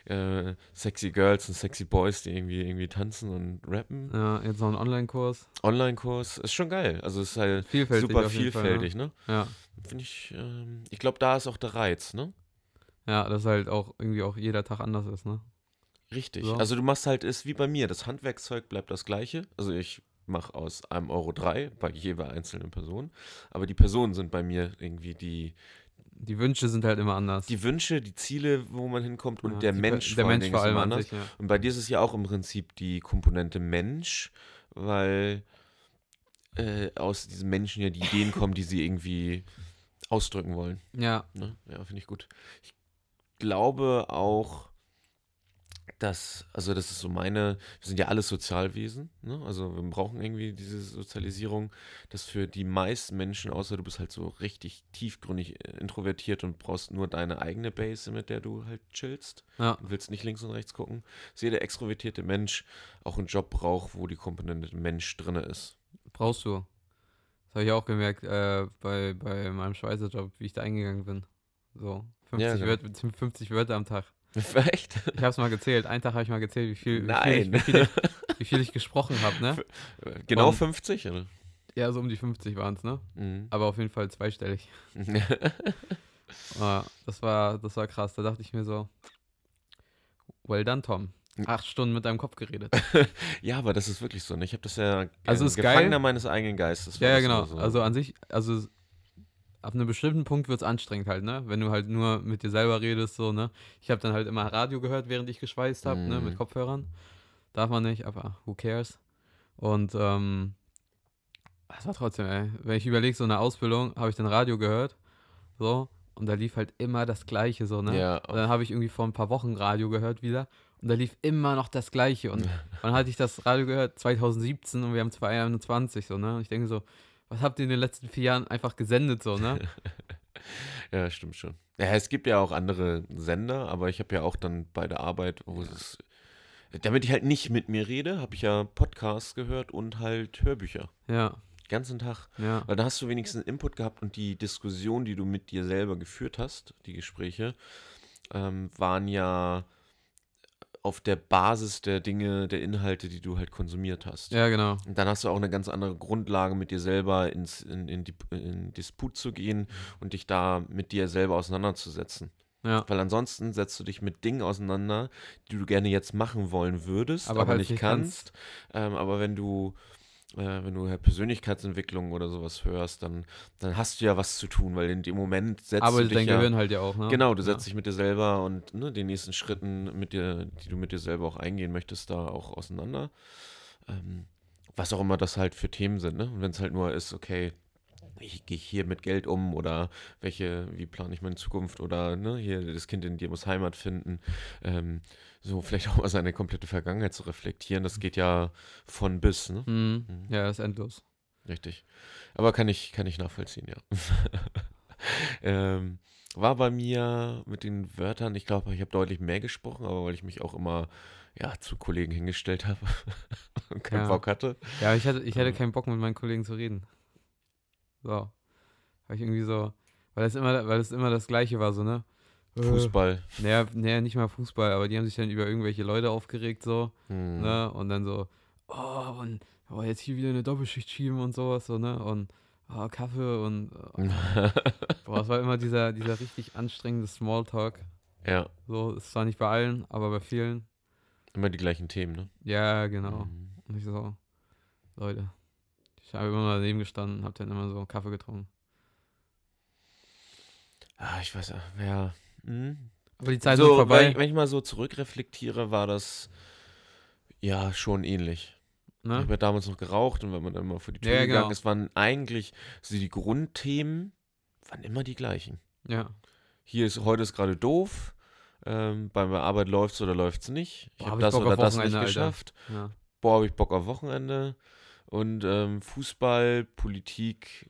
Speaker 2: äh, sexy Girls und sexy Boys, die irgendwie irgendwie tanzen und rappen.
Speaker 3: Ja, jetzt noch ein Online-Kurs.
Speaker 2: Online-Kurs ist schon geil. Also ist halt
Speaker 3: Vielfältig.
Speaker 2: super
Speaker 3: auf jeden Fall, ne?
Speaker 2: vielfältig, ne?
Speaker 3: ja.
Speaker 2: Finde ich, ähm, ich glaube, da ist auch der Reiz, ne?
Speaker 3: ja, dass halt auch irgendwie auch jeder Tag anders ist, ne?
Speaker 2: Richtig.
Speaker 3: So.
Speaker 2: Also du machst halt, ist wie bei mir, das Handwerkszeug bleibt das gleiche. Also ich mache aus einem Euro drei bei jeder einzelnen Person. Aber die Personen sind bei mir irgendwie die,
Speaker 3: Die Wünsche sind halt immer anders.
Speaker 2: die Wünsche, die Ziele, wo man hinkommt und
Speaker 3: ja,
Speaker 2: der
Speaker 3: die-
Speaker 2: Mensch
Speaker 3: der
Speaker 2: vor allen
Speaker 3: Mensch
Speaker 2: Dingen
Speaker 3: vor
Speaker 2: ist
Speaker 3: allem
Speaker 2: immer
Speaker 3: an
Speaker 2: anders.
Speaker 3: sich, ja.
Speaker 2: Und bei dir ist es ja auch im Prinzip die Komponente Mensch, weil äh, aus diesen Menschen ja die Ideen kommen, die sie irgendwie ausdrücken wollen.
Speaker 3: ja,
Speaker 2: Ne? Ja, finde ich gut. Ich glaube auch, dass, also das ist so meine, wir sind ja alles Sozialwesen, ne? also wir brauchen irgendwie diese Sozialisierung, dass für die meisten Menschen, außer du bist halt so richtig tiefgründig äh, introvertiert und brauchst nur deine eigene Base, mit der du halt chillst
Speaker 3: ja,
Speaker 2: und willst nicht links und rechts gucken, dass jeder extrovertierte Mensch auch einen Job braucht, wo die Komponente Mensch drin ist.
Speaker 3: brauchst du. Das habe ich auch gemerkt äh, bei, bei meinem Schweißerjob, wie ich da eingegangen bin. So, 50,
Speaker 2: Ja, genau.
Speaker 3: Wörter, 50 Wörter am Tag.
Speaker 2: Echt?
Speaker 3: Ich habe es mal gezählt. Einen Tag habe ich mal gezählt, wie viel,
Speaker 2: Nein.
Speaker 3: Wie, viel ich, wie, viel ich, wie viel ich gesprochen habe, ne?
Speaker 2: Genau
Speaker 3: Und-
Speaker 2: 50, oder?
Speaker 3: Ja, so um die 50 waren es, ne?
Speaker 2: Mhm.
Speaker 3: Aber auf jeden Fall zweistellig. Ah, das war, das war krass. Da dachte ich mir so, well done, Tom. Acht Stunden mit deinem Kopf geredet.
Speaker 2: Ja, aber das ist wirklich so. Ne? Ich habe das ja
Speaker 3: Also
Speaker 2: ähm,
Speaker 3: ist geil.
Speaker 2: Gefangener meines eigenen Geistes. war
Speaker 3: ja, ja,
Speaker 2: das
Speaker 3: genau.
Speaker 2: immer so.
Speaker 3: Also an sich, also ab einem bestimmten Punkt wird es anstrengend halt, ne? Wenn du halt nur mit dir selber redest, so, ne? Ich habe dann halt immer Radio gehört, während ich geschweißt habe, ne?
Speaker 2: Mhm.
Speaker 3: Mit Kopfhörern. Darf man nicht, aber who cares? Und ähm, Es war trotzdem, ey. Wenn ich überlege, so eine Ausbildung, habe ich dann Radio gehört. So. Und da lief halt immer das Gleiche, so, ne?
Speaker 2: Ja,
Speaker 3: Und dann habe ich irgendwie vor ein paar Wochen Radio gehört wieder. Und da lief immer noch das Gleiche. Und wann hatte ich das Radio gehört? 2017 und wir haben 2021, so, ne? Und ich denke so, was habt ihr in den letzten vier Jahren einfach gesendet, so, ne?
Speaker 2: Ja, stimmt schon. Ja, es gibt ja auch andere Sender, aber ich habe ja auch dann bei der Arbeit, wo es. Damit ich halt nicht mit mir rede, habe ich ja Podcasts gehört und halt Hörbücher.
Speaker 3: Ja,
Speaker 2: Den ganzen Tag.
Speaker 3: ja.
Speaker 2: Weil da hast du wenigstens Input gehabt und die Diskussion, die du mit dir selber geführt hast, die Gespräche, ähm, waren ja auf der Basis der Dinge, der Inhalte, die du halt konsumiert hast.
Speaker 3: Ja, genau.
Speaker 2: Und dann hast du auch eine ganz andere Grundlage, mit dir selber ins, in, in, die, in Disput zu gehen und dich da mit dir selber auseinanderzusetzen.
Speaker 3: Ja.
Speaker 2: Weil ansonsten setzt du dich mit Dingen auseinander, die du gerne jetzt machen wollen würdest, aber,
Speaker 3: Aber halt
Speaker 2: nicht
Speaker 3: nicht
Speaker 2: kannst. Ähm, aber wenn du, äh, wenn du halt Persönlichkeitsentwicklung oder sowas hörst, dann, dann hast du ja was zu tun, weil in dem Moment setzt du
Speaker 3: Arbeitet
Speaker 2: dich
Speaker 3: dein
Speaker 2: ja,
Speaker 3: Gehirn halt ja auch, ne?
Speaker 2: Genau, du
Speaker 3: ja.
Speaker 2: setzt dich mit dir selber und ne, den nächsten Schritten, mit dir, die du mit dir selber auch eingehen möchtest, da auch auseinander. Ähm, was auch immer das halt für Themen sind, ne? Und wenn es halt nur ist, okay, ich gehe hier mit Geld um oder welche, wie plane ich meine Zukunft oder ne, hier das Kind in dir muss Heimat finden. Ähm, so vielleicht auch mal seine komplette Vergangenheit zu reflektieren, das geht ja von bis, ne? Mhm.
Speaker 3: Mhm. Ja, ist endlos.
Speaker 2: Richtig. Aber kann ich, kann ich nachvollziehen, ja. ähm, war bei mir mit den Wörtern, ich glaube, ich habe deutlich mehr gesprochen, aber weil ich mich auch immer ja, zu Kollegen hingestellt habe und keinen
Speaker 3: Ja.
Speaker 2: Bock hatte.
Speaker 3: Ja, ich hatte, ich hatte
Speaker 2: Ähm.
Speaker 3: keinen Bock, mit meinen Kollegen zu reden. So. Habe ich irgendwie so, weil es immer, weil es immer das Gleiche war, so, ne? Äh,
Speaker 2: Fußball.
Speaker 3: Naja, naja, nicht mal Fußball, aber die haben sich dann über irgendwelche Leute aufgeregt, so,
Speaker 2: Hm.
Speaker 3: ne? Und dann so, oh, und oh, jetzt hier wieder eine Doppelschicht schieben und sowas, so, ne? Und oh, Kaffee und oh, boah, es war immer dieser, dieser richtig anstrengende Smalltalk.
Speaker 2: ja,
Speaker 3: So, es war nicht bei allen, aber bei vielen.
Speaker 2: immer die gleichen Themen, ne?
Speaker 3: Ja, genau.
Speaker 2: Mhm.
Speaker 3: Und ich so, Leute, ich habe immer daneben gestanden, habe dann immer so Kaffee getrunken.
Speaker 2: Ah, ich weiß, ja. Hm.
Speaker 3: Aber die Zeit ist
Speaker 2: so,
Speaker 3: vorbei.
Speaker 2: Wenn, ich, wenn ich mal so zurückreflektiere, war das ja schon ähnlich. Ich
Speaker 3: ne?
Speaker 2: habe ja damals noch geraucht und wenn man dann mal vor die Tür
Speaker 3: Ja, ja,
Speaker 2: gegangen
Speaker 3: genau.
Speaker 2: ist, waren eigentlich so die Grundthemen waren immer die gleichen.
Speaker 3: Ja.
Speaker 2: Hier ist heute ist gerade doof, ähm, bei meiner Arbeit läuft's oder läuft's nicht. Ich habe
Speaker 3: Boah, hab ich
Speaker 2: das
Speaker 3: Bock
Speaker 2: oder
Speaker 3: auf
Speaker 2: das nicht
Speaker 3: Wochenende, Alter.
Speaker 2: geschafft.
Speaker 3: ja.
Speaker 2: Boah, habe ich Bock auf Wochenende und ähm, Fußball, Politik.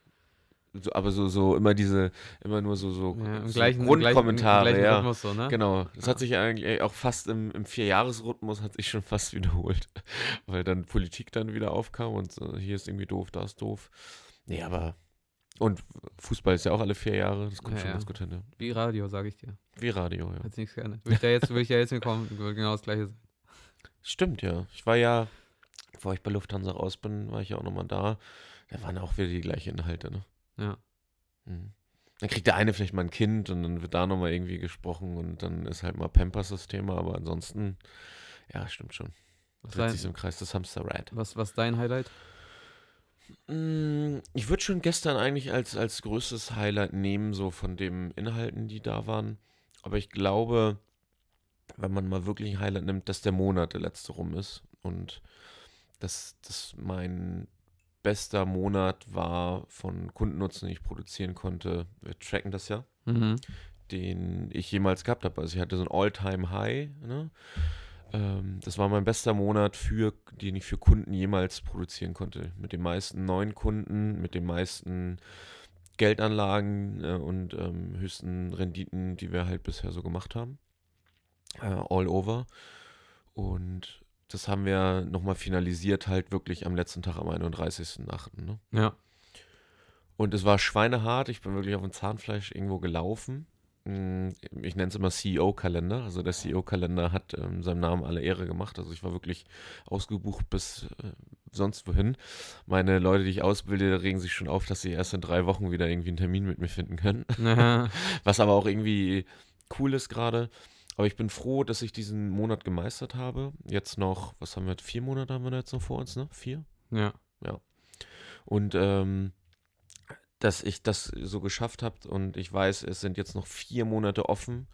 Speaker 2: So, aber so, so immer diese, immer nur so, so,
Speaker 3: ja im
Speaker 2: so
Speaker 3: gleichen, im gleichen, im
Speaker 2: Grundkommentare,
Speaker 3: gleichen
Speaker 2: ja.
Speaker 3: Rhythmus, so, ne?
Speaker 2: Genau, das
Speaker 3: Ja.
Speaker 2: hat sich eigentlich auch fast im, im Vierjahresrhythmus hat sich schon fast wiederholt, weil dann Politik dann wieder aufkam und äh, hier ist irgendwie doof, da ist doof. Nee, aber und Fußball ist ja auch alle vier Jahre, das kommt
Speaker 3: Ja,
Speaker 2: schon
Speaker 3: ja.
Speaker 2: ganz gut hin. Ja.
Speaker 3: Wie Radio, sage ich dir.
Speaker 2: Wie Radio, ja.
Speaker 3: Hat sich nichts geändert. Würde ich da jetzt, würde ich da jetzt hinkommen, würde genau das gleiche sein.
Speaker 2: Stimmt, ja. Ich war ja, bevor ich bei Lufthansa raus bin, war ich ja auch nochmal da. Da waren auch wieder die gleichen Inhalte, ne?
Speaker 3: Ja.
Speaker 2: Mhm. Dann kriegt der eine vielleicht mal ein Kind und dann wird da nochmal irgendwie gesprochen und dann ist halt mal Pampers das Thema, aber ansonsten, ja, stimmt schon.
Speaker 3: Was,
Speaker 2: Dreht sich
Speaker 3: dein,
Speaker 2: im Kreis des Hamsterrad.
Speaker 3: was, was dein Highlight?
Speaker 2: Mm, Ich würde schon gestern eigentlich als, als größtes Highlight nehmen, so von den Inhalten, die da waren. Aber ich glaube, wenn man mal wirklich ein Highlight nimmt, dass der Monat der letzte rum ist. Und dass, dass mein bester Monat war von Kundennutzen, den ich produzieren konnte. Wir tracken das ja
Speaker 3: Mhm.
Speaker 2: den ich jemals gehabt habe. Also ich hatte so ein All-Time-High. Ne? Ähm, das war mein bester Monat, für, den ich für Kunden jemals produzieren konnte. Mit den meisten neuen Kunden, mit den meisten Geldanlagen äh, und ähm, höchsten Renditen, die wir halt bisher so gemacht haben. Äh, all over. Und das haben wir nochmal finalisiert, halt wirklich am letzten Tag, am 31.08. Ne?
Speaker 3: Ja.
Speaker 2: Und es war schweinehart. Ich bin wirklich auf dem Zahnfleisch irgendwo gelaufen. Mm, Ich nenne es immer CEO-Kalender. Also der CEO-Kalender hat ähm, seinem Namen alle Ehre gemacht. Also ich war wirklich ausgebucht bis äh, sonst wohin. Meine Leute, die ich ausbilde, regen sich schon auf, dass sie erst in drei Wochen wieder irgendwie einen Termin mit mir finden können.
Speaker 3: ja.
Speaker 2: Was aber auch irgendwie cool ist gerade. Aber ich bin froh, dass ich diesen Monat gemeistert habe. Jetzt noch, was haben wir, vier Monate haben wir da jetzt noch vor uns, ne? Vier?
Speaker 3: Ja.
Speaker 2: Und ähm, dass ich das so geschafft habe und ich weiß, es sind jetzt noch vier Monate offen,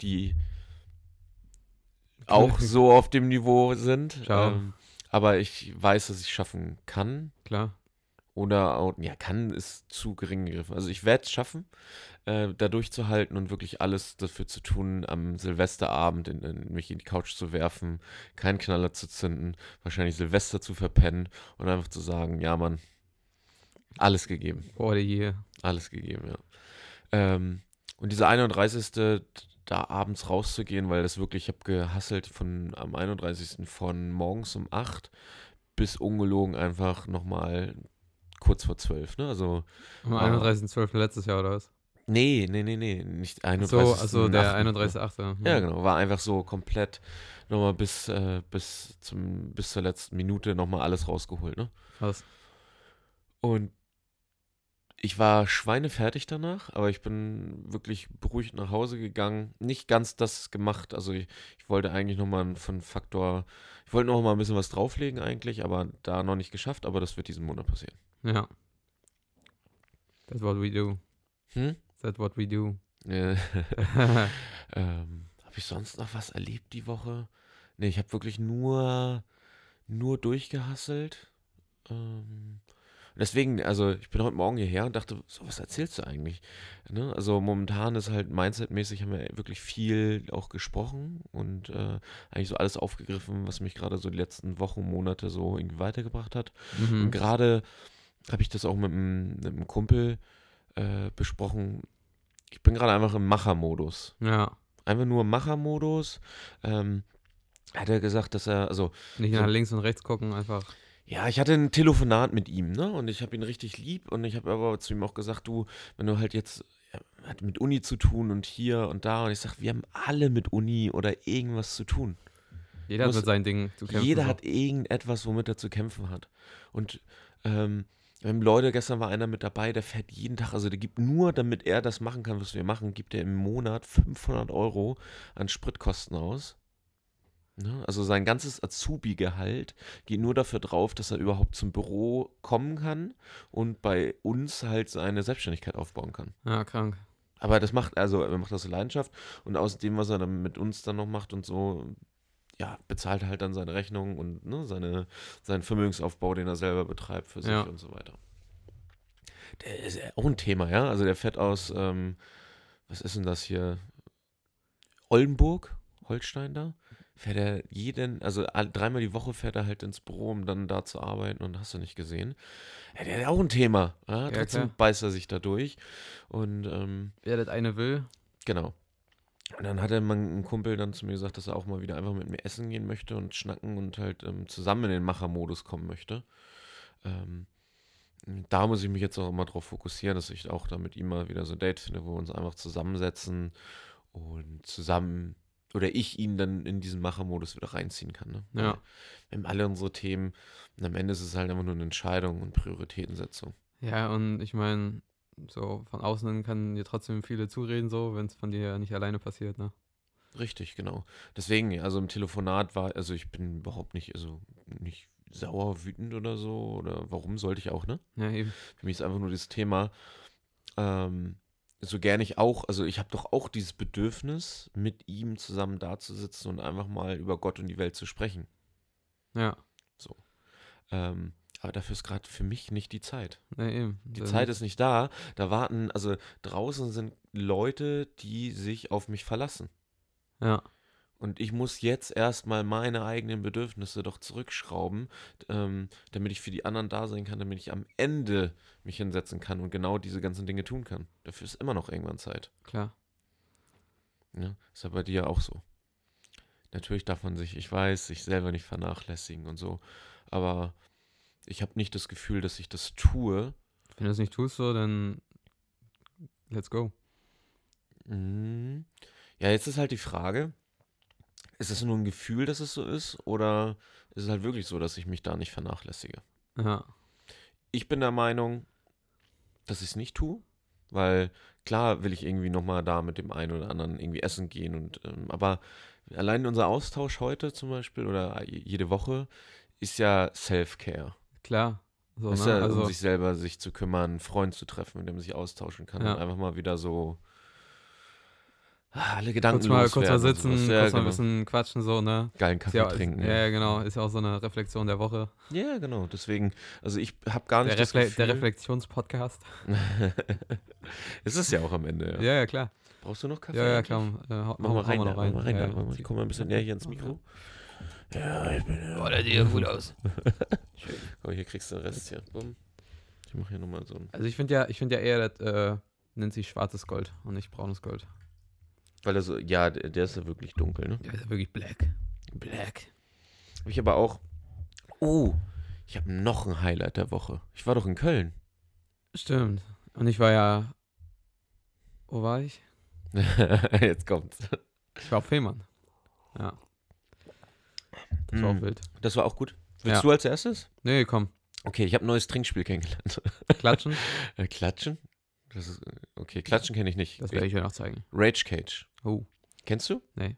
Speaker 2: die auch so auf dem Niveau sind. Ähm,
Speaker 3: Ciao.
Speaker 2: aber ich weiß, dass ich schaffen kann
Speaker 3: Klar.
Speaker 2: Oder, auch- ja, kann ist zu gering gegriffen. Also ich werde es schaffen, äh, da durchzuhalten und wirklich alles dafür zu tun, am Silvesterabend in, in, mich in die Couch zu werfen, keinen Knaller zu zünden, wahrscheinlich Silvester zu verpennen und einfach zu sagen, ja, Mann, alles gegeben.
Speaker 3: Boah, der je.
Speaker 2: Alles gegeben, ja. Ähm, und dieser 31. da abends rauszugehen, weil das wirklich, ich habe gehasselt von am 31. von morgens um 8 bis ungelogen einfach nochmal kurz vor 12, ne? Also,
Speaker 3: Am
Speaker 2: Ah.
Speaker 3: 31.12. letztes Jahr oder was?
Speaker 2: nee, nee, nee, nee, nicht
Speaker 3: Ach
Speaker 2: 31.
Speaker 3: So, also der Mhm.
Speaker 2: Nacht, ne?
Speaker 3: 31.8.
Speaker 2: Ja, genau. War einfach so komplett nochmal bis, äh, bis, zum, bis zur letzten Minute nochmal alles rausgeholt, ne?
Speaker 3: Krass.
Speaker 2: Und ich war schweinefertig danach, aber ich bin wirklich beruhigt nach Hause gegangen. Nicht ganz das gemacht, also ich, ich wollte eigentlich nochmal von Faktor, ich wollte noch mal ein bisschen was drauflegen eigentlich, aber da noch nicht geschafft, aber das wird diesen Monat passieren.
Speaker 3: Ja. That's what we do.
Speaker 2: Hm?
Speaker 3: That's what we do.
Speaker 2: Äh, ähm, habe ich sonst noch was erlebt die Woche? Nee, ich habe wirklich nur, nur durchgehasselt. Ähm, deswegen, also ich bin heute Morgen hierher und dachte, so was erzählst du eigentlich? Ne? Also momentan ist halt mindsetmäßig haben wir wirklich viel auch gesprochen und äh, eigentlich so alles aufgegriffen, was mich gerade so die letzten Wochen, Monate so irgendwie weitergebracht hat. Und
Speaker 3: mhm.
Speaker 2: gerade habe ich das auch mit einem, mit einem Kumpel äh, besprochen. Ich bin gerade einfach im Machermodus.
Speaker 3: Ja.
Speaker 2: Einfach nur im Machermodus. Ähm, hat er gesagt, dass er, also,
Speaker 3: Nicht
Speaker 2: So.
Speaker 3: nach links und rechts gucken, einfach.
Speaker 2: ja, ich hatte ein Telefonat mit ihm, ne? Und ich habe ihn richtig lieb und ich habe aber zu ihm auch gesagt, du, wenn du halt jetzt ja, hat mit Uni zu tun und hier und da und ich sag, wir haben alle mit Uni oder irgendwas zu tun.
Speaker 3: Jeder hat
Speaker 2: Muss-
Speaker 3: mit seinen Dingen zu kämpfen.
Speaker 2: Jeder
Speaker 3: so.
Speaker 2: hat irgendetwas, womit er zu kämpfen hat. Und ähm, wir haben Leute, gestern war einer mit dabei, der fährt jeden Tag, also der gibt nur, damit er das machen kann, was wir machen, gibt er im Monat 500 Euro an Spritkosten aus. Ne? Also sein ganzes Azubi-Gehalt geht nur dafür drauf, dass er überhaupt zum Büro kommen kann und bei uns halt seine Selbstständigkeit aufbauen kann.
Speaker 3: Ja, krank.
Speaker 2: Aber das macht, also er macht das aus Leidenschaft und aus dem, was er dann mit uns dann noch macht und so, ja, bezahlt er halt dann seine Rechnungen und ne, seine, seinen Vermögensaufbau, den er selber betreibt für sich
Speaker 3: Ja.
Speaker 2: und so weiter. Der ist ja auch ein Thema, ja. Also der fährt aus, ähm, was ist denn das hier? Oldenburg, Holstein da. Fährt er jeden, also all- dreimal die Woche fährt er halt ins Büro, um dann da zu arbeiten und hast du nicht gesehen. Ja, der hat auch ein Thema. Ja?
Speaker 3: Ja,
Speaker 2: Trotzdem
Speaker 3: klar.
Speaker 2: beißt er sich da durch. Und ähm,
Speaker 3: Wer das eine will.
Speaker 2: Genau. Und dann hatte mein ein Kumpel dann zu mir gesagt, dass er auch mal wieder einfach mit mir essen gehen möchte und schnacken und halt ähm, zusammen in den Machermodus kommen möchte. Ähm, da muss ich mich jetzt auch immer drauf fokussieren, dass ich auch da mit ihm mal wieder so ein Date finde, wo wir uns einfach zusammensetzen und zusammen oder ich ihn dann in diesen Machermodus wieder reinziehen kann. Ne?
Speaker 3: Ja.
Speaker 2: Wir haben alle unsere Themen und am Ende ist es halt einfach nur eine Entscheidung und Prioritätensetzung.
Speaker 3: Ja, und ich meine, so von außen kann dir trotzdem viele zureden, so, wenn es von dir nicht alleine passiert, ne?
Speaker 2: Richtig, genau. Deswegen, also im Telefonat war, also ich bin überhaupt nicht, also nicht sauer, wütend oder so, oder warum sollte ich auch, ne?
Speaker 3: Ja, eben.
Speaker 2: Für mich ist einfach nur das Thema, ähm, so gerne ich auch, also ich habe doch auch dieses Bedürfnis, mit ihm zusammen dazusitzen und einfach mal über Gott und die Welt zu sprechen.
Speaker 3: Ja,
Speaker 2: Ähm, aber dafür ist gerade für mich nicht die Zeit.
Speaker 3: ja eben.
Speaker 2: Die
Speaker 3: Dann-
Speaker 2: Zeit ist nicht da. Da warten, also draußen sind Leute, die sich auf mich verlassen.
Speaker 3: Ja.
Speaker 2: Und ich muss jetzt erstmal meine eigenen Bedürfnisse doch zurückschrauben, ähm, damit ich für die anderen da sein kann, damit ich am Ende mich hinsetzen kann und genau diese ganzen Dinge tun kann. Dafür ist immer noch irgendwann Zeit.
Speaker 3: Klar.
Speaker 2: Ne? Ist ja bei dir auch so. Natürlich darf man sich, ich weiß, sich selber nicht vernachlässigen und so, aber ich habe nicht das Gefühl, dass ich das tue.
Speaker 3: Wenn du es nicht tust, so, dann let's go.
Speaker 2: Mhm. Ja, jetzt ist halt die Frage, ist es nur ein Gefühl, dass es so ist, oder ist es halt wirklich so, dass ich mich da nicht vernachlässige?
Speaker 3: Ja.
Speaker 2: ich bin der Meinung, dass ich es nicht tue, weil klar will ich irgendwie nochmal da mit dem einen oder anderen irgendwie essen gehen und ähm, aber allein unser Austausch heute zum Beispiel oder jede Woche ist ja Self-Care.
Speaker 3: Klar. So,
Speaker 2: ist
Speaker 3: ne?
Speaker 2: ja, um
Speaker 3: also,
Speaker 2: sich selber sich zu kümmern, einen Freund zu treffen, mit dem man sich austauschen kann
Speaker 3: Ja.
Speaker 2: und einfach mal wieder so Ah, alle Gedanken
Speaker 3: kurz mal, kurz mal
Speaker 2: loswerden und sowas.
Speaker 3: sitzen, kurz
Speaker 2: ja,
Speaker 3: mal ein
Speaker 2: genau.
Speaker 3: bisschen quatschen, so, ne?
Speaker 2: geilen
Speaker 3: Ist
Speaker 2: Kaffee
Speaker 3: ja,
Speaker 2: trinken.
Speaker 3: Ist, ja, genau. Ist ja auch so eine Reflexion der Woche.
Speaker 2: Ja, genau. Deswegen, also ich habe gar nicht
Speaker 3: Der, Refle
Speaker 2: das Gefühl.
Speaker 3: der Reflexionspodcast.
Speaker 2: es ist ja auch am Ende.
Speaker 3: Ja.
Speaker 2: Ja.
Speaker 3: ja, klar.
Speaker 2: Brauchst du noch Kaffee?
Speaker 3: Ja, ja,
Speaker 2: eigentlich?
Speaker 3: klar. Äh, hau,
Speaker 2: Mach mal
Speaker 3: hau- hau
Speaker 2: rein,
Speaker 3: mal
Speaker 2: da,
Speaker 3: noch rein.
Speaker 2: Mach mal rein
Speaker 3: ja,
Speaker 2: da. Warte mal, Ich komme mal ein bisschen näher hier ans Mikro. Ja, ich bin ja.
Speaker 1: Oh, der sieht ja gut aus.
Speaker 2: Komm, hier kriegst du den Rest hier. Bumm. Ich mache hier nochmal so ein.
Speaker 3: Also ich finde ja, ich finde ja eher, das äh, nennt sich schwarzes Gold und nicht braunes Gold.
Speaker 2: Weil er so, ja, der, der ist ja wirklich dunkel, ne?
Speaker 3: Ja, ist ja wirklich black.
Speaker 2: Black. Hab ich aber auch. Oh, ich habe noch ein Highlight der Woche. Ich war doch in Köln.
Speaker 3: Stimmt. Und ich war ja. Wo war ich?
Speaker 2: Jetzt kommt's.
Speaker 3: Ich war auf Fehmarn. Ja. Das war auch
Speaker 2: Mm.
Speaker 3: wild.
Speaker 2: Das war auch gut. Willst
Speaker 3: Ja.
Speaker 2: du als erstes?
Speaker 3: Nee, komm.
Speaker 2: Okay, ich habe ein neues Trinkspiel kennengelernt.
Speaker 3: Klatschen.
Speaker 2: Äh, Klatschen? Das ist, okay, Klatschen kenne ich nicht.
Speaker 3: Das werde ich euch noch zeigen.
Speaker 2: Rage Cage.
Speaker 3: Oh.
Speaker 2: Kennst du?
Speaker 3: Nee.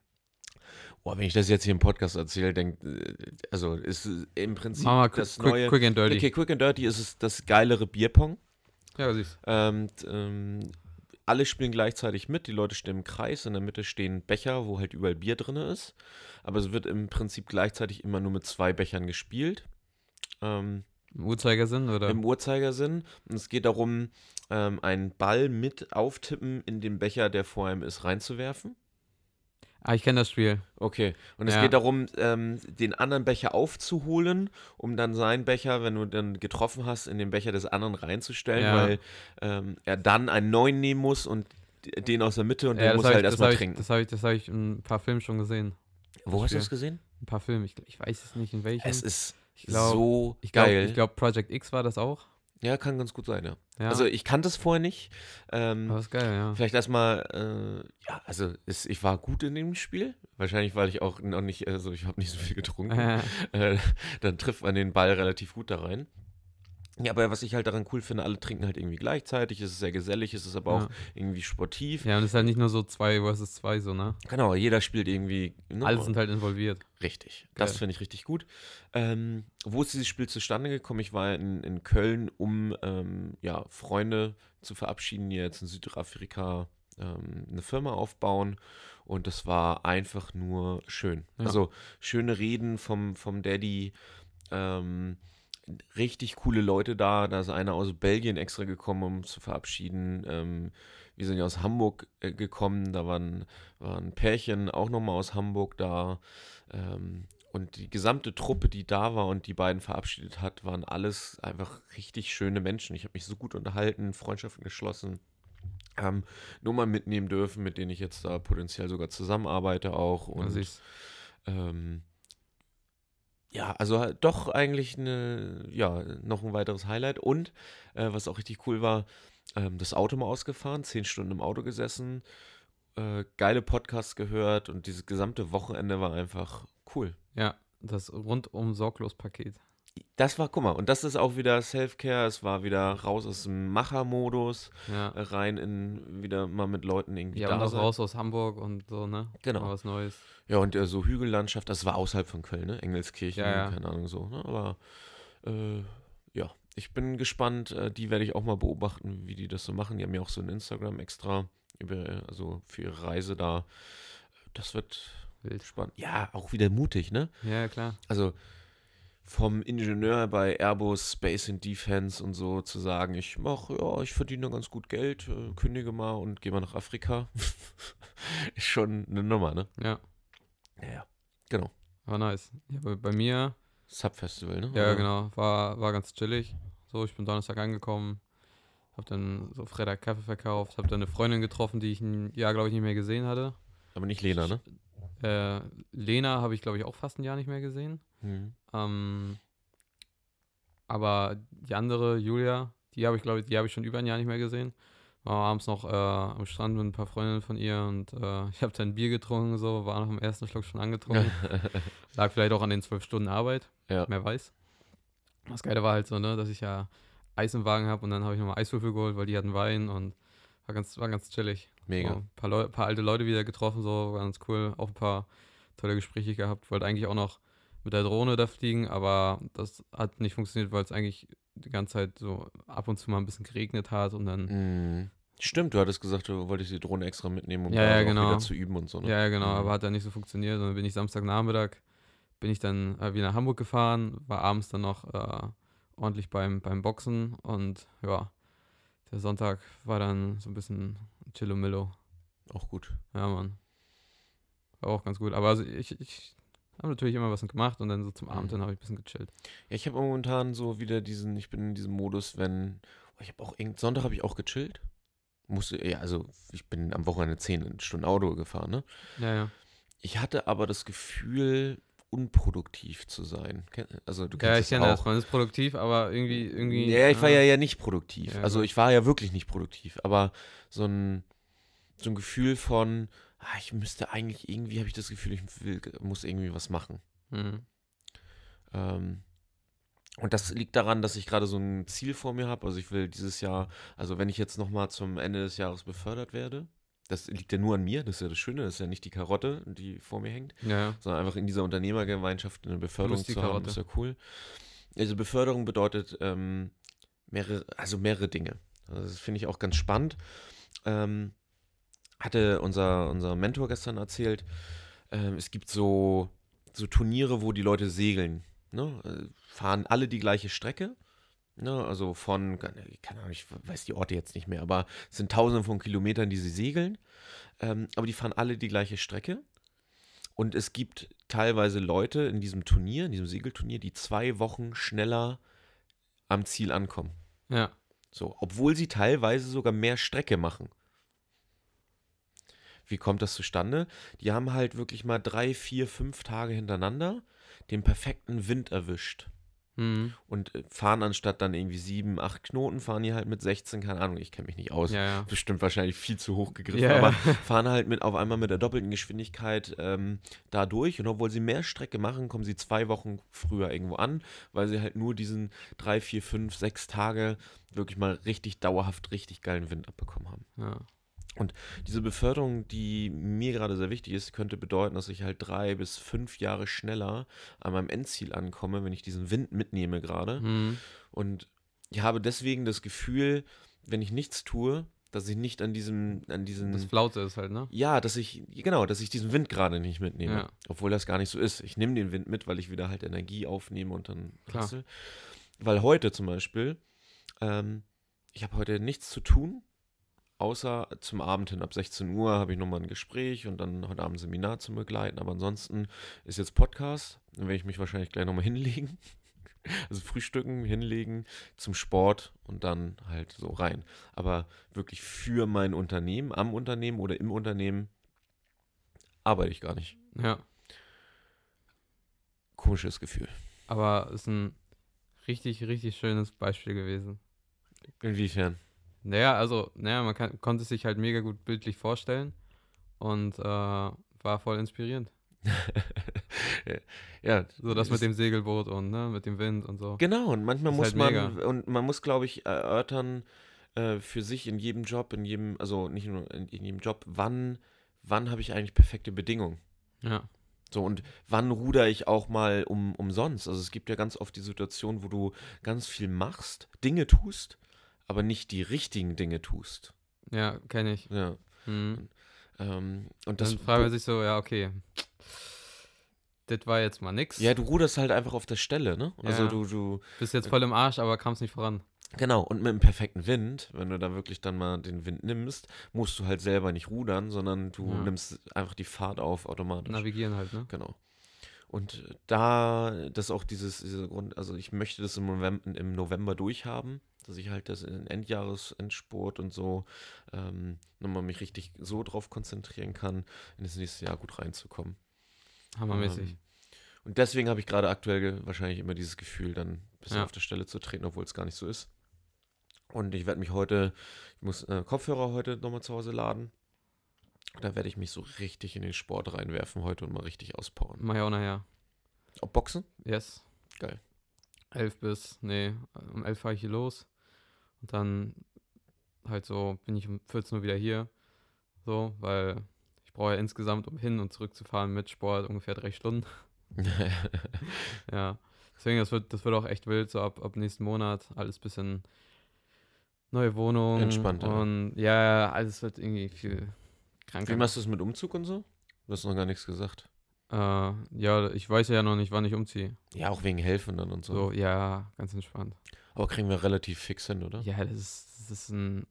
Speaker 2: Boah, wenn ich das jetzt hier im Podcast erzähle, denkt, äh, also ist äh, im Prinzip
Speaker 3: Mach mal quick,
Speaker 2: das
Speaker 3: quick,
Speaker 2: neue.
Speaker 3: quick and dirty.
Speaker 2: okay, Quick and Dirty ist es das geilere Bierpong.
Speaker 3: Ja, süß.
Speaker 2: Ähm, t- ähm, alle spielen gleichzeitig mit, die Leute stehen im Kreis, in der Mitte stehen Becher, wo halt überall Bier drin ist. Aber es wird im Prinzip gleichzeitig immer nur mit zwei Bechern gespielt. Ähm,
Speaker 3: Im Uhrzeigersinn oder?
Speaker 2: im Uhrzeigersinn. Und es geht darum, ähm, einen Ball mit auftippen in den Becher, der vor einem ist, reinzuwerfen.
Speaker 3: ah, ich kenne das Spiel.
Speaker 2: Okay. Und es
Speaker 3: Ja.
Speaker 2: geht darum, ähm, den anderen Becher aufzuholen, um dann seinen Becher, wenn du dann getroffen hast, in den Becher des anderen reinzustellen,
Speaker 3: Ja.
Speaker 2: weil ähm, er dann einen neuen nehmen muss und d- den aus der Mitte und
Speaker 3: Ja,
Speaker 2: den muss
Speaker 3: hab
Speaker 2: halt
Speaker 3: ich, das
Speaker 2: erstmal
Speaker 3: hab ich,
Speaker 2: trinken.
Speaker 3: das habe ich, das hab ich in ein paar Filmen schon gesehen.
Speaker 2: Wo hast du
Speaker 3: Spiel.
Speaker 2: das gesehen?
Speaker 3: Ein paar Filme, ich, ich weiß es nicht in welchen.
Speaker 2: Es ist
Speaker 3: ich glaub-
Speaker 2: so
Speaker 3: ich glaube,
Speaker 2: geil.
Speaker 3: glaub, Project X war das auch.
Speaker 2: ja, kann ganz gut sein, ja.
Speaker 3: Ja,
Speaker 2: Also ich kannte es vorher nicht. Ähm,
Speaker 3: aber ist geil, ja.
Speaker 2: Vielleicht erstmal, äh, ja, also es, ich war gut in dem Spiel. Wahrscheinlich, weil ich auch noch nicht, also ich habe nicht so viel getrunken. äh, dann trifft man den Ball relativ gut da rein. Ja, aber was ich halt daran cool finde, alle trinken halt irgendwie gleichzeitig. Es ist sehr gesellig, es ist aber
Speaker 3: Ja.
Speaker 2: auch irgendwie sportiv.
Speaker 3: ja, und es ist halt nicht nur so zwei versus zwei, so, ne?
Speaker 2: Genau, jeder spielt irgendwie. Ne?
Speaker 3: Alle sind halt involviert.
Speaker 2: Richtig. Das
Speaker 3: Geil.
Speaker 2: finde ich richtig gut. Ähm, wo ist dieses Spiel zustande gekommen? Ich war in, in Köln, um ähm, ja, Freunde zu verabschieden, die jetzt in Südafrika ähm, eine Firma aufbauen. Und das war einfach nur schön.
Speaker 3: Ja.
Speaker 2: Also schöne Reden vom, vom Daddy. Ähm, richtig coole Leute da. Da ist einer aus Belgien extra gekommen, um zu verabschieden. Ähm, wir sind ja aus Hamburg äh, gekommen. Da waren, waren Pärchen auch nochmal aus Hamburg da. Ähm, und die gesamte Truppe, die da war und die beiden verabschiedet hat, waren alles einfach richtig schöne Menschen. Ich habe mich so gut unterhalten, Freundschaften geschlossen, ähm, Nummern mitnehmen dürfen, mit denen ich jetzt da potenziell sogar zusammenarbeite auch. Und
Speaker 3: Also ich,
Speaker 2: ähm, ja, also ha- doch eigentlich eine, ja, noch ein weiteres Highlight. Und äh, was auch richtig cool war, ähm, das Auto mal ausgefahren, zehn Stunden im Auto gesessen, äh, geile Podcasts gehört und dieses gesamte Wochenende war einfach cool.
Speaker 3: ja, das rundum sorglos Paket.
Speaker 2: Das war, guck mal, und das ist auch wieder Self-Care, es war wieder raus aus dem Macher-Modus,
Speaker 3: Ja,
Speaker 2: äh, rein in wieder mal mit Leuten irgendwie
Speaker 3: ja und
Speaker 2: da
Speaker 3: auch
Speaker 2: sein.
Speaker 3: raus aus Hamburg und so, ne?
Speaker 2: Genau.
Speaker 3: Mal was Neues.
Speaker 2: Ja, und äh, so Hügellandschaft, das war außerhalb von Köln, ne? Engelskirchen,
Speaker 3: Ja, ja.
Speaker 2: keine Ahnung so. Ne? Aber äh, ja, ich bin gespannt, äh, die werde ich auch mal beobachten, wie die das so machen. Die haben ja auch so ein Instagram extra, über, also für ihre Reise da. Das wird
Speaker 3: Wild.
Speaker 2: spannend. Ja, auch wieder mutig, ne?
Speaker 3: Ja, klar.
Speaker 2: Also vom Ingenieur bei Airbus Space and Defense und so zu sagen, ich mach, ja, ich verdiene ganz gut Geld, äh, kündige mal und gehe mal nach Afrika, ist schon eine Nummer, ne?
Speaker 3: Ja,
Speaker 2: Ja, genau.
Speaker 3: war nice. Ja, bei, bei mir,
Speaker 2: Subfestival, ne?
Speaker 3: ja,
Speaker 2: Oder?
Speaker 3: genau, war, war ganz chillig. So, ich bin Donnerstag angekommen, hab dann so Freitag Kaffee verkauft, hab dann eine Freundin getroffen, die ich ein Jahr, glaube ich, nicht mehr gesehen hatte.
Speaker 2: Aber nicht Lena, ne?
Speaker 3: Äh, Lena habe ich, glaube ich, auch fast ein Jahr nicht mehr gesehen.
Speaker 2: Mhm.
Speaker 3: Ähm, aber die andere, Julia, die habe ich, glaube ich, die habe ich schon über ein Jahr nicht mehr gesehen. War abends noch äh, am Strand mit ein paar Freundinnen von ihr und äh, ich habe dann Bier getrunken, so, war nach dem ersten Schluck schon angetrunken. Lag vielleicht auch an den zwölf Stunden Arbeit,
Speaker 2: Ja.
Speaker 3: wer weiß. Das Geile war halt so, ne, dass ich ja Eis im Wagen habe und dann habe ich nochmal Eiswürfel geholt, weil die hatten Wein und war ganz, war ganz chillig.
Speaker 2: Mega.
Speaker 3: So, ein paar, Leu paar alte Leute wieder getroffen, so ganz cool. Auch ein paar tolle Gespräche gehabt. Wollte eigentlich auch noch mit der Drohne da fliegen, aber das hat nicht funktioniert, weil es eigentlich die ganze Zeit so ab und zu mal ein bisschen geregnet hat und dann
Speaker 2: Mhm. Stimmt, du hattest gesagt, du wolltest die Drohne extra mitnehmen, um
Speaker 3: Ja,
Speaker 2: da
Speaker 3: ja,
Speaker 2: auch
Speaker 3: genau.
Speaker 2: wieder zu üben und so. Ne?
Speaker 3: Ja, ja, genau,
Speaker 2: Mhm.
Speaker 3: aber hat dann nicht so funktioniert. Und dann bin ich Samstagnachmittag, bin ich dann äh, wieder nach Hamburg gefahren, war abends dann noch äh, ordentlich beim, beim Boxen und ja, der Sonntag war dann so ein bisschen Chillomillo.
Speaker 2: Auch gut.
Speaker 3: Ja, Mann. War auch ganz gut. Aber also ich, ich habe natürlich immer was gemacht und dann so zum Abend,
Speaker 2: Mhm.
Speaker 3: dann habe ich ein bisschen gechillt.
Speaker 2: Ja, ich habe momentan so wieder diesen, ich bin in diesem Modus, wenn, oh, ich habe auch, irgend- Sonntag habe ich auch gechillt. Musste, ja, also ich bin am Wochenende 10 Stunden Auto gefahren, ne?
Speaker 3: Ja, ja.
Speaker 2: Ich hatte aber das Gefühl, unproduktiv zu sein. Ken- Also du kennst
Speaker 3: Ja,
Speaker 2: ja,
Speaker 3: ich kenne das. Man ist produktiv, aber irgendwie, irgendwie.
Speaker 2: Ja, ich war
Speaker 3: äh,
Speaker 2: ja, ja nicht produktiv.
Speaker 3: Ja,
Speaker 2: also
Speaker 3: gut.
Speaker 2: ich war ja wirklich nicht produktiv, aber so ein, so ein Gefühl von, ah, ich müsste eigentlich irgendwie, habe ich das Gefühl, ich will, muss irgendwie was machen.
Speaker 3: Mhm.
Speaker 2: Ähm, und das liegt daran, dass ich gerade so ein Ziel vor mir habe. Also ich will dieses Jahr, also wenn ich jetzt nochmal zum Ende des Jahres befördert werde, das liegt ja nur an mir, das ist ja das Schöne, das ist ja nicht die Karotte, die vor mir hängt,
Speaker 3: Ja, ja.
Speaker 2: sondern einfach in dieser Unternehmergemeinschaft eine Beförderung
Speaker 3: Plus die
Speaker 2: zu haben, ist ja cool. Also Beförderung bedeutet ähm, mehrere, also mehrere Dinge. Also das finde ich auch ganz spannend. Ähm, hatte unser, unser Mentor gestern erzählt, ähm, es gibt so, so Turniere, wo die Leute segeln. Ne? Äh, Fahren alle die gleiche Strecke. Ne? Also von, keine Ahnung, ich weiß die Orte jetzt nicht mehr, aber es sind tausende von Kilometern, die sie segeln. Ähm, aber die fahren alle die gleiche Strecke. Und es gibt teilweise Leute in diesem Turnier, in diesem Segelturnier, die zwei Wochen schneller am Ziel ankommen.
Speaker 3: Ja,
Speaker 2: So, obwohl sie teilweise sogar mehr Strecke machen. Wie kommt das zustande? Die haben halt wirklich mal drei, vier, fünf Tage hintereinander den perfekten Wind erwischt
Speaker 3: mhm.
Speaker 2: und äh, fahren anstatt dann irgendwie sieben, acht Knoten, fahren die halt mit 16, keine Ahnung, ich kenne mich nicht aus.
Speaker 3: ja, ja.
Speaker 2: Bestimmt wahrscheinlich viel zu hoch gegriffen,
Speaker 3: Ja.
Speaker 2: aber fahren halt mit auf einmal mit der doppelten Geschwindigkeit ähm, da durch. Und obwohl sie mehr Strecke machen, kommen sie zwei Wochen früher irgendwo an, weil sie halt nur diesen drei, vier, fünf, sechs Tage wirklich mal richtig dauerhaft, richtig geilen Wind abbekommen haben.
Speaker 3: ja.
Speaker 2: Diese Beförderung, die mir gerade sehr wichtig ist, könnte bedeuten, dass ich halt drei bis fünf Jahre schneller an meinem Endziel ankomme, wenn ich diesen Wind mitnehme gerade.
Speaker 3: Mhm.
Speaker 2: Und ich habe deswegen das Gefühl, wenn ich nichts tue, dass ich nicht an diesem, an diesen.
Speaker 3: Das Flaute ist halt, ne?
Speaker 2: Ja, dass ich, genau, dass ich diesen Wind gerade nicht mitnehme.
Speaker 3: Ja.
Speaker 2: Obwohl das gar nicht so ist. Ich nehme den Wind mit, weil ich wieder halt Energie aufnehme und dann
Speaker 3: Klar.
Speaker 2: rassel. Weil heute zum Beispiel, ähm, ich habe heute nichts zu tun, außer zum Abend hin. Ab 16 Uhr habe ich nochmal ein Gespräch und dann heute Abend ein Seminar zu begleiten. Aber ansonsten ist jetzt Podcast. Dann werde ich mich wahrscheinlich gleich nochmal hinlegen. Also frühstücken, hinlegen, zum Sport und dann halt so rein. Aber wirklich für mein Unternehmen, am Unternehmen oder im Unternehmen arbeite ich gar nicht.
Speaker 3: Ja.
Speaker 2: Komisches Gefühl.
Speaker 3: Aber ist ein richtig, richtig schönes Beispiel gewesen.
Speaker 2: Inwiefern?
Speaker 3: Naja, also, naja, man kann, konnte es sich halt mega gut bildlich vorstellen und äh, war voll inspirierend.
Speaker 2: Ja,
Speaker 3: So das mit
Speaker 2: ist-
Speaker 3: dem Segelboot und ne, mit dem Wind und so.
Speaker 2: Genau, und manchmal
Speaker 3: Ist
Speaker 2: muss
Speaker 3: halt
Speaker 2: man,
Speaker 3: mega.
Speaker 2: und man muss, glaube ich, erörtern äh, für sich in jedem Job, in jedem, also nicht nur in, in jedem Job, wann, wann habe ich eigentlich perfekte Bedingungen?
Speaker 3: Ja,
Speaker 2: So, und wann ruder ich auch mal um, umsonst? Also es gibt ja ganz oft die Situation, wo du ganz viel machst, Dinge tust, aber nicht die richtigen Dinge tust.
Speaker 3: ja, kenne ich.
Speaker 2: Ja.
Speaker 3: Mhm.
Speaker 2: Ähm, und das
Speaker 3: Dann fragt man sich so, ja, okay, das war jetzt mal nix.
Speaker 2: Ja, du äh, ruderst halt einfach auf der Stelle, ne? Also
Speaker 3: Ja.
Speaker 2: du, du,
Speaker 3: Bist jetzt voll im Arsch, aber kam's nicht voran.
Speaker 2: genau, und mit dem perfekten Wind, wenn du da wirklich dann mal den Wind nimmst, musst du halt selber nicht rudern, sondern du
Speaker 3: Ja.
Speaker 2: nimmst einfach die Fahrt auf automatisch.
Speaker 3: Navigieren halt, ne?
Speaker 2: Genau. Und da, das auch dieses, dieser Grund, also ich möchte das im November, im November durchhaben, dass ich halt das in Endjahres, Endsport und so ähm, nochmal mich richtig so drauf konzentrieren kann, in das nächste Jahr gut reinzukommen.
Speaker 3: Hammermäßig.
Speaker 2: Ähm, und deswegen habe ich gerade aktuell ge- wahrscheinlich immer dieses Gefühl, dann ein bisschen
Speaker 3: Ja.
Speaker 2: auf der Stelle zu treten, obwohl es gar nicht so ist. Und ich werde mich heute, ich muss äh, Kopfhörer heute nochmal zu Hause laden. Da werde ich mich so richtig in den Sport reinwerfen heute und mal richtig auspowern.
Speaker 3: Mach ja auch nachher.
Speaker 2: Ob Boxen?
Speaker 3: Yes.
Speaker 2: Geil.
Speaker 3: 11 bis, nee, um 11 fahre ich hier los. Und dann halt so bin ich um 14 Uhr wieder hier. So, weil ich brauche ja insgesamt, um hin und zurück zu fahren mit Sport ungefähr drei Stunden. Ja. Deswegen, das wird, das wird auch echt wild, so ab, ab nächsten Monat alles bisschen neue Wohnung.
Speaker 2: Entspannter.
Speaker 3: Und ja, alles wird irgendwie viel
Speaker 2: Wie
Speaker 3: kranker.
Speaker 2: machst du es mit Umzug und so? Du hast noch gar nichts gesagt.
Speaker 3: äh, ja, ich weiß ja noch nicht, wann ich umziehe.
Speaker 2: Ja, auch wegen Helfen dann und so.
Speaker 3: So, ja, ganz entspannt.
Speaker 2: Aber kriegen wir relativ fix hin, oder?
Speaker 3: Ja, das ist, das ist ein.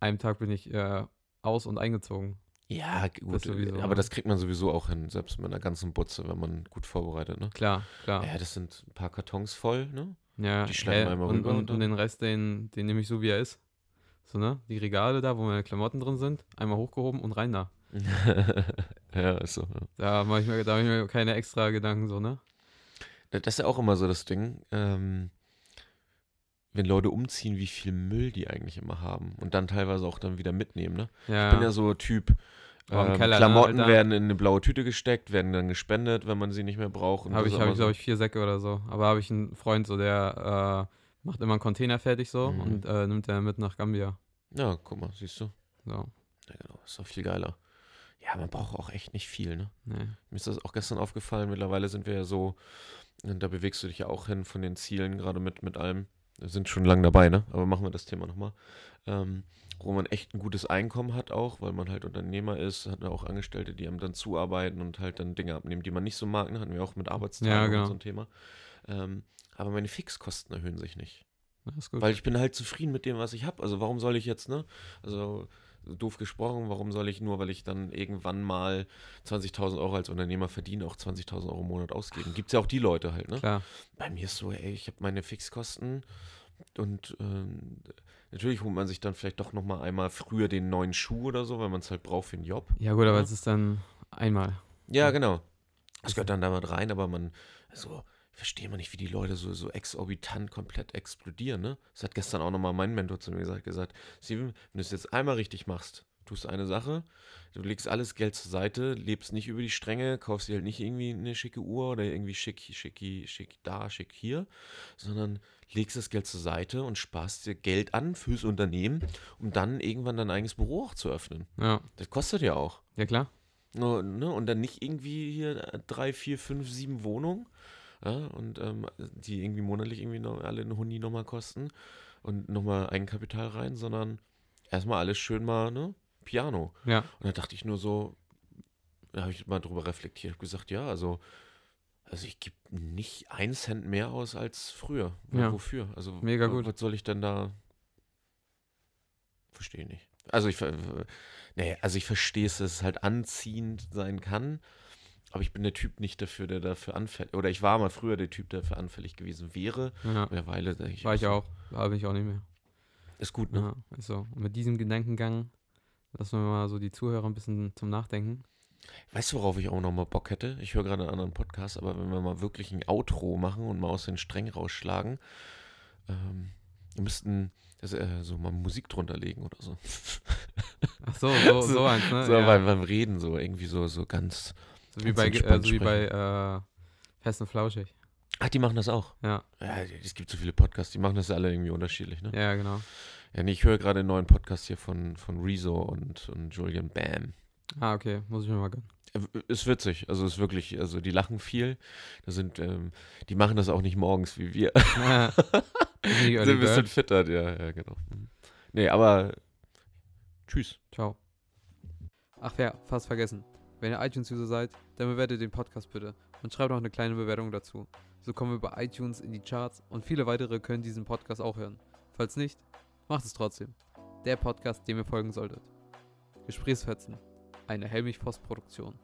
Speaker 3: Einem Tag bin ich äh, aus- und eingezogen.
Speaker 2: Ja,
Speaker 3: Das
Speaker 2: gut.
Speaker 3: sowieso,
Speaker 2: aber
Speaker 3: ne?
Speaker 2: das kriegt man sowieso auch hin, selbst mit einer ganzen Butze, wenn man gut vorbereitet, ne?
Speaker 3: Klar, klar.
Speaker 2: Ja, das sind ein paar Kartons voll, ne?
Speaker 3: Ja,
Speaker 2: Die schleppen
Speaker 3: hä,
Speaker 2: einmal
Speaker 3: und,
Speaker 2: rüber und
Speaker 3: und,
Speaker 2: dann-
Speaker 3: und den Rest, den, den nehme ich so, wie er ist. So, ne? Die Regale da, wo meine Klamotten drin sind, einmal hochgehoben und rein da.
Speaker 2: ja, ist so. Ja.
Speaker 3: Da mache ich mir, da mache ich mir keine extra Gedanken, so, ne?
Speaker 2: Das ist ja auch immer so das Ding, ähm, wenn Leute umziehen, wie viel Müll die eigentlich immer haben und dann teilweise auch dann wieder mitnehmen, ne?
Speaker 3: Ja,
Speaker 2: Ich bin ja so Typ,
Speaker 3: Aber im
Speaker 2: ähm,
Speaker 3: Keller, ne,
Speaker 2: Klamotten
Speaker 3: Alter?
Speaker 2: werden in eine blaue Tüte gesteckt, werden dann gespendet, wenn man sie nicht mehr braucht. und
Speaker 3: habe
Speaker 2: das
Speaker 3: ich,
Speaker 2: ist
Speaker 3: hab
Speaker 2: immer
Speaker 3: ich
Speaker 2: so-
Speaker 3: glaube ich, vier Säcke oder so. Aber habe ich einen Freund, so, der äh, macht immer einen Container fertig, so,
Speaker 2: Mhm.
Speaker 3: und äh, nimmt der mit nach Gambia.
Speaker 2: Ja, guck mal, siehst du.
Speaker 3: So,
Speaker 2: Ja, genau, ist doch viel geiler. Ja, man braucht auch echt nicht viel, ne?
Speaker 3: ne.
Speaker 2: Mir ist das auch gestern aufgefallen. Mittlerweile sind wir ja so, und da bewegst du dich ja auch hin von den Zielen, gerade mit, mit allem. Wir sind schon lange dabei, ne? Aber machen wir das Thema nochmal. Ähm, wo man echt ein gutes Einkommen hat auch, weil man halt Unternehmer ist, hat man auch Angestellte, die einem dann zuarbeiten und halt dann Dinge abnehmen, die man nicht so mag. Ne? Hatten wir auch mit Arbeitstagen
Speaker 3: Ja,
Speaker 2: und
Speaker 3: genau.
Speaker 2: so ein Thema. Ähm, aber meine Fixkosten erhöhen sich nicht.
Speaker 3: Na, ist gut.
Speaker 2: Weil ich bin halt zufrieden mit dem, was ich habe. Also warum soll ich jetzt, ne? Also doof gesprochen, warum soll ich nur, weil ich dann irgendwann mal 20.000 Euro als Unternehmer verdiene, auch 20.000 Euro im Monat ausgeben? Gibt es ja auch die Leute halt, ne?
Speaker 3: Klar.
Speaker 2: Bei mir ist so, ey, ich habe meine Fixkosten und ähm, natürlich holt man sich dann vielleicht doch nochmal einmal früher den neuen Schuh oder so, weil man es halt braucht für den Job.
Speaker 3: Ja, gut, aber
Speaker 2: Ja.
Speaker 3: es ist dann einmal.
Speaker 2: Ja, genau. Das gehört dann damit rein, aber man, also, ich verstehe mal nicht, wie die Leute so, so exorbitant komplett explodieren, ne? Das hat gestern auch nochmal mein Mentor zu mir gesagt, gesagt, Steven, wenn du es jetzt einmal richtig machst, tust eine Sache, du legst alles Geld zur Seite, lebst nicht über die Stränge, kaufst dir halt nicht irgendwie eine schicke Uhr oder irgendwie schick, schicki, schick da, schick hier, sondern legst das Geld zur Seite und sparst dir Geld an fürs Unternehmen, um dann irgendwann dein eigenes Büro auch zu öffnen.
Speaker 3: Ja,
Speaker 2: Das kostet ja auch.
Speaker 3: ja klar.
Speaker 2: Nur, ne, und dann nicht irgendwie hier äh, drei, vier, fünf, sieben Wohnungen, ja, und ähm, die irgendwie monatlich irgendwie noch alle einen Hundi nochmal kosten und nochmal Eigenkapital rein, sondern erstmal alles schön mal, ne, Piano.
Speaker 3: Ja,
Speaker 2: Und da dachte ich nur so, da habe ich mal drüber reflektiert, habe gesagt, ja, also, also ich gebe nicht einen Cent mehr aus als früher. Weil
Speaker 3: Ja.
Speaker 2: Wofür? Also,
Speaker 3: Mega
Speaker 2: wa-
Speaker 3: gut.
Speaker 2: was soll ich denn da? Verstehe nicht. Also ich, ver- ver- nee, also ich verstehe es, dass es halt anziehend sein kann, aber ich bin der Typ nicht dafür, der dafür anfällig, oder ich war mal früher der Typ, der dafür anfällig gewesen wäre.
Speaker 3: ja.
Speaker 2: Mittlerweile denke ich,
Speaker 3: War ich
Speaker 2: so,
Speaker 3: auch. Da bin ich auch nicht mehr.
Speaker 2: Ist gut, ne?
Speaker 3: Ja, also und mit diesem Gedankengang lassen wir mal so die Zuhörer ein bisschen zum Nachdenken.
Speaker 2: Weißt du, worauf ich auch nochmal Bock hätte? Ich höre gerade einen anderen Podcast, aber wenn wir mal wirklich ein Outro machen und mal aus den Strängen rausschlagen, ähm, wir müssten das, äh, so mal Musik drunter legen oder so.
Speaker 3: Ach so, so,
Speaker 2: So-
Speaker 3: so eins, ne?
Speaker 2: so
Speaker 3: ja.
Speaker 2: beim, beim Reden, so irgendwie so, so ganz.
Speaker 3: so wie
Speaker 2: ganz
Speaker 3: bei, äh,
Speaker 2: entspannt
Speaker 3: so wie bei äh, Fest und Flauschig.
Speaker 2: Ach, die machen das auch.
Speaker 3: Ja,
Speaker 2: Ja, es gibt so viele Podcasts, die machen das alle irgendwie unterschiedlich, ne? Ja,
Speaker 3: ja, genau.
Speaker 2: nee, ich höre gerade einen neuen Podcast hier von, von Rezo und, und Julian Bam. Äh,
Speaker 3: Ah, okay, muss ich mir mal gönnen.
Speaker 2: Ist witzig, also ist wirklich, also die lachen viel. Das sind, ähm, die machen das auch nicht morgens wie wir.
Speaker 3: Ist nicht
Speaker 2: sind
Speaker 3: Early
Speaker 2: ein bisschen
Speaker 3: Bird.
Speaker 2: fitter, ja, ja, genau. Mhm. Nee, aber tschüss.
Speaker 3: Ciao. Ach ja, fast vergessen. Wenn ihr iTunes-User seid, dann bewertet den Podcast bitte und schreibt noch eine kleine Bewertung dazu. So kommen wir bei iTunes in die Charts und viele weitere können diesen Podcast auch hören. Falls nicht, macht es trotzdem. Der Podcast, dem ihr folgen solltet. Gesprächsfetzen. Eine Helmich-Post-Produktion.